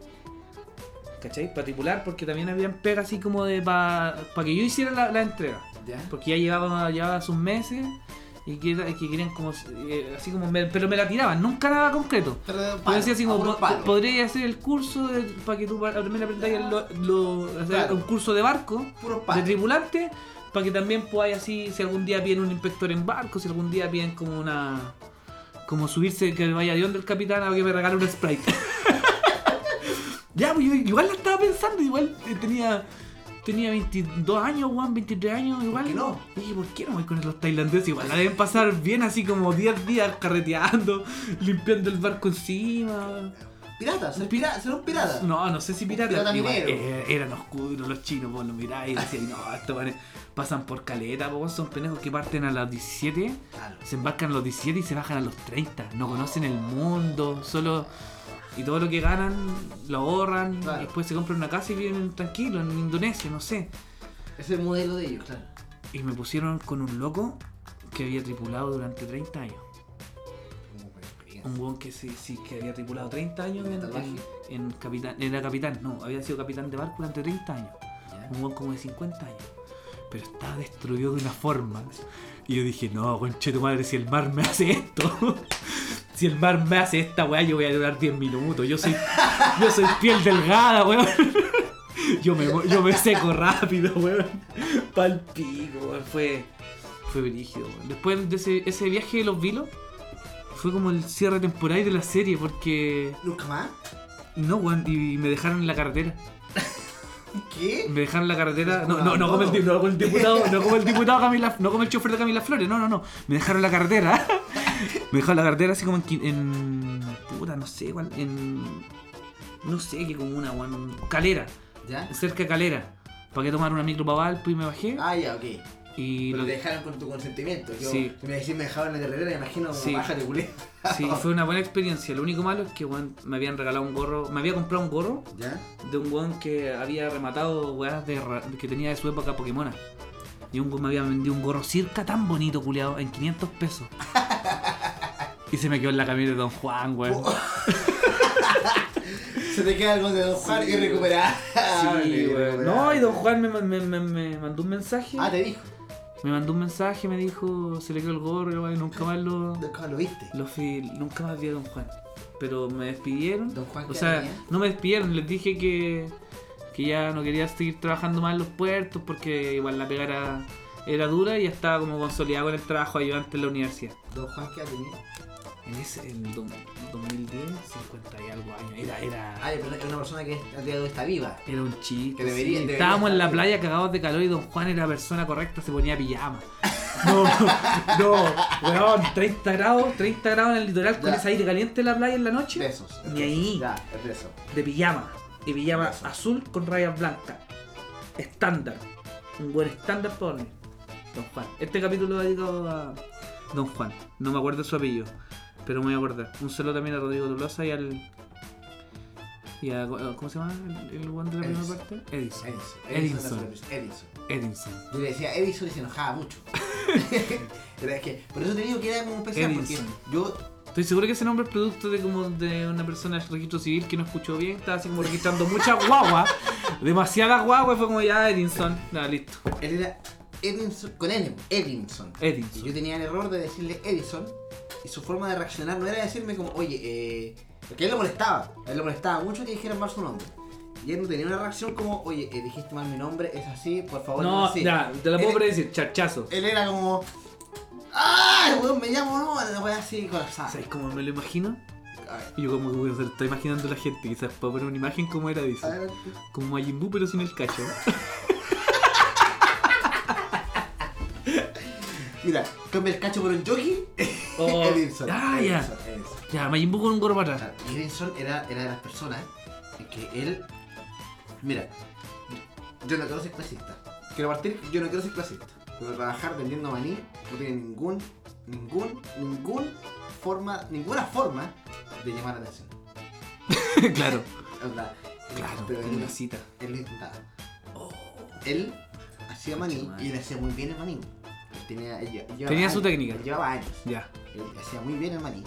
Speaker 3: ¿Cachai? Para tripular, porque también habían pega así como de. para que yo hiciera la, la entrega.
Speaker 4: Ya.
Speaker 3: Porque ya llevaba, llevaba sus meses y que, era- que querían como. eh, así como. me- pero me la tiraban, nunca nada concreto.
Speaker 4: Pero de un
Speaker 3: Yo
Speaker 4: palo,
Speaker 3: decía así
Speaker 4: a
Speaker 3: como,
Speaker 4: puro
Speaker 3: po-
Speaker 4: palo.
Speaker 3: podrías hacer el curso de- para que tú pa- también aprendáis lo, lo- hacer
Speaker 4: Claro.
Speaker 3: un curso de barco,
Speaker 4: Puros
Speaker 3: de
Speaker 4: palos.
Speaker 3: tripulante, para que también podáis así, si algún día piden un inspector en barco, si algún día piden como una... Como subirse, que vaya de onda el capitán a que me regale un Sprite. [laughs] ya, pues yo igual la estaba pensando, igual eh, tenía... Tenía 22 años, Juan, 23 años, igual.
Speaker 4: qué no?
Speaker 3: Dije, ¿por qué no voy con los tailandeses? Igual la deben pasar bien así como 10 días carreteando, [laughs] limpiando el barco encima.
Speaker 4: Pirata, ser, pirata, ser un pirata.
Speaker 3: No, no sé si piratas.
Speaker 4: Pirata
Speaker 3: igual,
Speaker 4: minero.
Speaker 3: eh, eran oscuros los chinos, vos los mirás y decías, no, estos manes pasan por caleta, vos son pendejos que parten a las 17,
Speaker 4: Claro.
Speaker 3: se embarcan a los 17 y se bajan a los 30. No conocen el mundo, solo. Y todo lo que ganan lo ahorran,
Speaker 4: Claro.
Speaker 3: y después se compran una casa y viven tranquilos en Indonesia, no sé.
Speaker 4: Es el modelo de ellos, claro.
Speaker 3: Y me pusieron con un loco que había tripulado durante 30 años. Un weón que sí, sí, que había tripulado 30 años en,
Speaker 4: Tatuaje.
Speaker 3: en, en capitán, era capitán, no, había sido capitán de barco durante 30 años.
Speaker 4: Ya.
Speaker 3: Un weón como de 50 años. Pero estaba destruido de una forma. Y yo dije, no, conche tu madre, si el mar me hace esto, [laughs] si el mar me hace esta weá, yo voy a durar 10 minutos. Yo soy, yo soy piel delgada, weón. [laughs] Yo me, yo me seco rápido, weón. Pal pico, weón. Fue, fue brígido, weón. Después de ese, ese viaje de los vilos, fue como el cierre temporal de la serie, porque.
Speaker 4: ¿Nunca más?
Speaker 3: No, weón, y me dejaron en la carretera.
Speaker 4: ¿Qué?
Speaker 3: Me dejaron en la carretera. No, no, no como el, di- no como el diputado, no como el diputado Camila, no como el chofer de Camila Flores, no, no, no. Me dejaron en la carretera. [laughs] Me dejaron en la carretera así como en. qui- en puta, no sé, cuál. En. No sé, qué comuna, weón. Calera.
Speaker 4: ¿Ya?
Speaker 3: cerca de Calera. Para que tomar una micro para Valpo y me bajé.
Speaker 4: Ah, ya, ok.
Speaker 3: y
Speaker 4: Pero
Speaker 3: lo-
Speaker 4: te dejaron con tu consentimiento. Yo,
Speaker 3: Sí.
Speaker 4: Si me decís me dejaron en la carrera, me imagino como
Speaker 3: Sí.
Speaker 4: baja de culé.
Speaker 3: sí, fue una buena experiencia. Lo único malo es que weón, me habían regalado un gorro. Me había comprado un gorro
Speaker 4: ¿Ya?
Speaker 3: de un weón que había rematado weas de ra- que tenía de su época Pokémona. Y un güey me había vendido un gorro circa tan bonito, culiado, en 500
Speaker 4: [laughs]
Speaker 3: pesos. y se me quedó en la camioneta de Don Juan, güey.
Speaker 4: Se te queda algo de Don Juan Ah, irrecuperable.
Speaker 3: Sí, güey.
Speaker 4: irrecuperable.
Speaker 3: No, y Don Juan me, me- me- me mandó un mensaje.
Speaker 4: Ah, te dijo.
Speaker 3: Me mandó un mensaje, me dijo, se le quedó el gorro, güey, nunca más lo,
Speaker 4: Don Juan, ¿lo viste?
Speaker 3: lo fui- nunca más vi a Don Juan. Pero me despidieron.
Speaker 4: Don Juan,
Speaker 3: O
Speaker 4: ¿qué
Speaker 3: sea,
Speaker 4: tenía?
Speaker 3: no me despidieron, les dije que, que ya no quería seguir trabajando más en los puertos porque igual la pega era, era dura y ya estaba como consolidado con el trabajo ayudante en la universidad.
Speaker 4: Don Juan, ¿qué ha tenido?
Speaker 3: En ese, en do- 2010, 50 y algo años, era,
Speaker 4: Ah,
Speaker 3: era,
Speaker 4: pero es una persona que al día de hoy está viva.
Speaker 3: era un chiste.
Speaker 4: Que debería-
Speaker 3: sí.
Speaker 4: debería
Speaker 3: Estábamos en la
Speaker 4: estar.
Speaker 3: playa cagados de calor y Don Juan era persona correcta, se ponía pijama. No, [laughs] no, weón, 30 grados, 30 grados en el litoral con
Speaker 4: Ya.
Speaker 3: ese aire caliente en la playa en la noche.
Speaker 4: Besos.
Speaker 3: Ni ahí.
Speaker 4: Ya, es beso.
Speaker 3: de pijama. Y pijama
Speaker 4: Eso.
Speaker 3: azul con rayas blancas. Estándar. Un buen estándar para dormir. Don Juan. Este capítulo lo he dedicado a Don Juan. No me acuerdo su apellido. Pero me voy a acordar. Un saludo también a Rodrigo Tolosa y al. Y a, ¿Cómo se llama el, el guante de la primera
Speaker 4: Edison.
Speaker 3: parte? Edison.
Speaker 4: Edison.
Speaker 3: Edison.
Speaker 4: Edison. Edison.
Speaker 3: Edison.
Speaker 4: Yo le decía Edison y se enojaba
Speaker 3: [laughs]
Speaker 4: mucho. Pero es que, por eso te digo que era como un especial, porque
Speaker 3: Edison.
Speaker 4: yo
Speaker 3: Estoy seguro que ese nombre es producto de como de una persona del registro civil que no escuchó bien, estaba así como registrando muchas guaguas, [laughs] demasiadas guaguas, y fue como ya Edison, nada, listo,
Speaker 4: Él era Edinson, con N, Edinson. Y
Speaker 3: Edison.
Speaker 4: yo tenía el error de decirle Edison y su forma de reaccionar no era decirme como, oye, eh... Porque a él lo molestaba, a él lo molestaba mucho que dijeran mal su nombre. Y él no tenía una reacción como, oye, eh, dijiste mal mi nombre, es así, por favor, no, es
Speaker 3: No,
Speaker 4: así.
Speaker 3: ya, te la puedo
Speaker 4: Él-
Speaker 3: predecir, charchazo.
Speaker 4: Él era como, ¡ay, weón, me llamo, no! La voy así colapsada.
Speaker 3: ¿Sabes cómo me lo imagino?
Speaker 4: Ah. A ver,
Speaker 3: Y Yo como que bueno, se lo estoy imaginando a la gente, quizás puedo poner una imagen como era
Speaker 4: a
Speaker 3: Edison.
Speaker 4: ver,
Speaker 3: Como Majin Buu, pero sin el cacho.
Speaker 4: [laughs] Mira, cambia el cacho por un jockey.
Speaker 3: Oh,
Speaker 4: Edinson.
Speaker 3: ah, ya.
Speaker 4: Edinson, Edinson.
Speaker 3: Ya, Majin Buu con un gorro para atrás.
Speaker 4: Claro, y Edinson era, era de las personas en que él. Mira, yo no quiero ser clasista. Quiero partir, yo no quiero ser clasista. Pero trabajar vendiendo maní no tiene ningún, ningún, ningún forma, ninguna forma de llamar la atención.
Speaker 3: [laughs] claro,
Speaker 4: Onda,
Speaker 3: claro,
Speaker 4: pero
Speaker 3: como
Speaker 4: él,
Speaker 3: una cita.
Speaker 4: él lo intentaba. Él hacía maní y él hacía muy bien el maní. Él tenía, él lle- llevaba
Speaker 3: Tenía su
Speaker 4: años,
Speaker 3: técnica.
Speaker 4: él Llevaba años.
Speaker 3: Ya,
Speaker 4: Él eh, hacía muy bien el maní.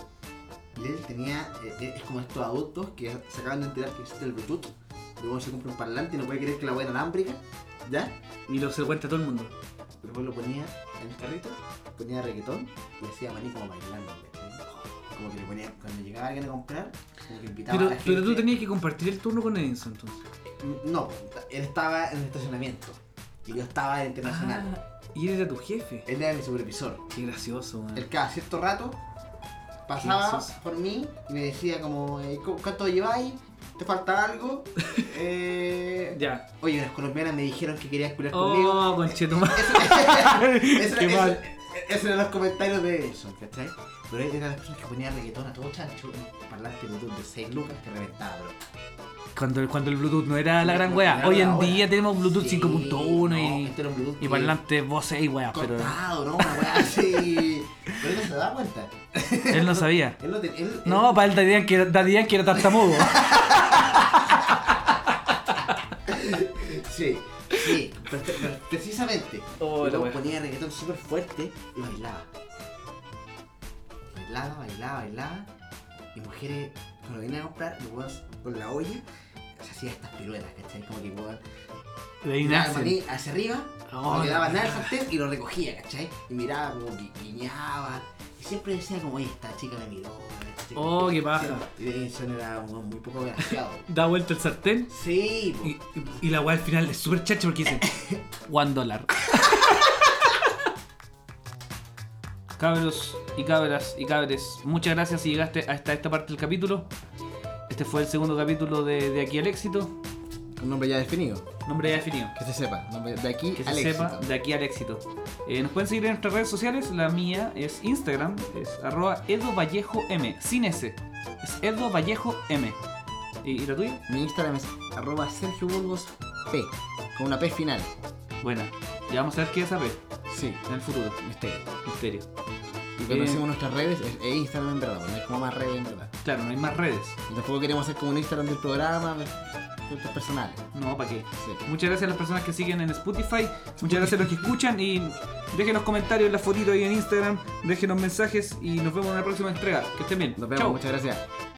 Speaker 4: Y él tenía. eh, eh, es como estos adultos que se acaban de enterar que existe el Bluetooth. Luego se compra un parlante y no puede creer que la buena alámbrica. ¿Ya?
Speaker 3: y lo se lo cuenta a todo el mundo.
Speaker 4: Luego lo ponía en el carrito, ponía reggaetón y hacía maní como bailando. ¿cachai? Como que le ponía. Cuando llegaba alguien a comprar, como que invitaba
Speaker 3: Pero,
Speaker 4: a la gente.
Speaker 3: pero tú tenías que compartir el turno con Edison entonces.
Speaker 4: No, él estaba en el estacionamiento. Y yo estaba en internacional.
Speaker 3: Ah, y él era tu jefe.
Speaker 4: Él era mi supervisor.
Speaker 3: Qué gracioso, man.
Speaker 4: Él cada cierto rato pasaba
Speaker 3: Jesús.
Speaker 4: por mí y me decía como, eh, ¿cu- ¿cuánto lleváis? ¿Te falta
Speaker 3: [laughs]
Speaker 4: algo? Eh,
Speaker 3: Ya.
Speaker 4: Oye, las colombianas me dijeron que querías curar
Speaker 3: [laughs]
Speaker 4: conmigo. [laughs]
Speaker 3: Oh, conchetumadre.
Speaker 4: Eso, eso-
Speaker 3: Qué
Speaker 4: eso-
Speaker 3: mal.
Speaker 4: eso eran los comentarios de Edison, ¿cachai? Pero él era de las personas que ponía reggaetón a todo chancho, un parlante Bluetooth de 6 lucas que reventaba, bro.
Speaker 3: Cuando, cuando el Bluetooth no era Ah, la gran wea.
Speaker 4: Era
Speaker 3: Hoy en
Speaker 4: ahora.
Speaker 3: día tenemos Bluetooth
Speaker 4: Sí,
Speaker 3: 5.1 y...
Speaker 4: no, este era un Bluetooth
Speaker 3: Y
Speaker 4: que-
Speaker 3: parlante voces y weas, pero
Speaker 4: cortado, ¿no? Una wea
Speaker 3: [laughs]
Speaker 4: así. Pero él no se da cuenta.
Speaker 3: él no sabía.
Speaker 4: Él no te- él-
Speaker 3: No,
Speaker 4: él-
Speaker 3: para él darían que, darían que era tartamudo.
Speaker 4: Sí, sí, pre- pre- precisamente.
Speaker 3: [laughs] Oh,
Speaker 4: y luego
Speaker 3: la wea.
Speaker 4: ponía reggaetón súper fuerte y bailaba. Bailaba, bailaba, bailaba. Y mujeres, cuando venían a comprar, los weones con la olla, se hacían estas piruetas, ¿cachai? Como que weón.
Speaker 3: De
Speaker 4: Miraba
Speaker 3: ahí
Speaker 4: el
Speaker 3: nacen.
Speaker 4: maní hacia arriba,
Speaker 3: Oh,
Speaker 4: no quedaba
Speaker 3: la
Speaker 4: nada el
Speaker 3: wea.
Speaker 4: sartén y lo recogía, ¿cachai? Y miraba como que guiñaba. Y siempre decía como, oye, esta chica me miró. esta chica
Speaker 3: Oh,
Speaker 4: me
Speaker 3: qué
Speaker 4: miró".
Speaker 3: paja.
Speaker 4: Y Edison era un weón muy poco graciado.
Speaker 3: Da vuelta el sartén
Speaker 4: Sí, po.
Speaker 3: y, y- y la wea al final es súper chacha porque [laughs] dice One [laughs] dólar. Cabros y cabras y cabres, muchas gracias si llegaste hasta esta parte del capítulo. Este fue el segundo capítulo de, de Aquí al Éxito.
Speaker 4: Un nombre ya definido.
Speaker 3: Nombre ya definido.
Speaker 4: Que se sepa, nombre- de aquí
Speaker 3: que se
Speaker 4: al
Speaker 3: sepa
Speaker 4: éxito.
Speaker 3: de aquí al éxito. Eh, nos pueden seguir en nuestras redes sociales. La mía es Instagram, es arroba Edo Vallejo M, sin S. Es Edo Vallejo M. ¿Y, y la tuya?
Speaker 4: Mi Instagram es arroba Sergio Burgos P, con una P final.
Speaker 3: Buena. Ya vamos a ver qué es AP
Speaker 4: Sí,
Speaker 3: en el futuro.
Speaker 4: misterio.
Speaker 3: Misterio.
Speaker 4: Y
Speaker 3: Eh.
Speaker 4: cuando hacemos nuestras redes, es, es Instagram en verdad, pues, no es como más redes en verdad.
Speaker 3: Claro, no hay más redes.
Speaker 4: Y tampoco queremos hacer como un Instagram del programa. Cuentas personales.
Speaker 3: No, ¿para qué?
Speaker 4: Sí.
Speaker 3: Muchas gracias a las personas que siguen en Spotify. Muchas gracias a los que escuchan. Y déjenos comentarios, las fotitos ahí en Instagram. Déjenos mensajes. Y nos vemos en la próxima entrega. Que estén bien.
Speaker 4: Nos vemos,
Speaker 3: Chao.
Speaker 4: muchas gracias.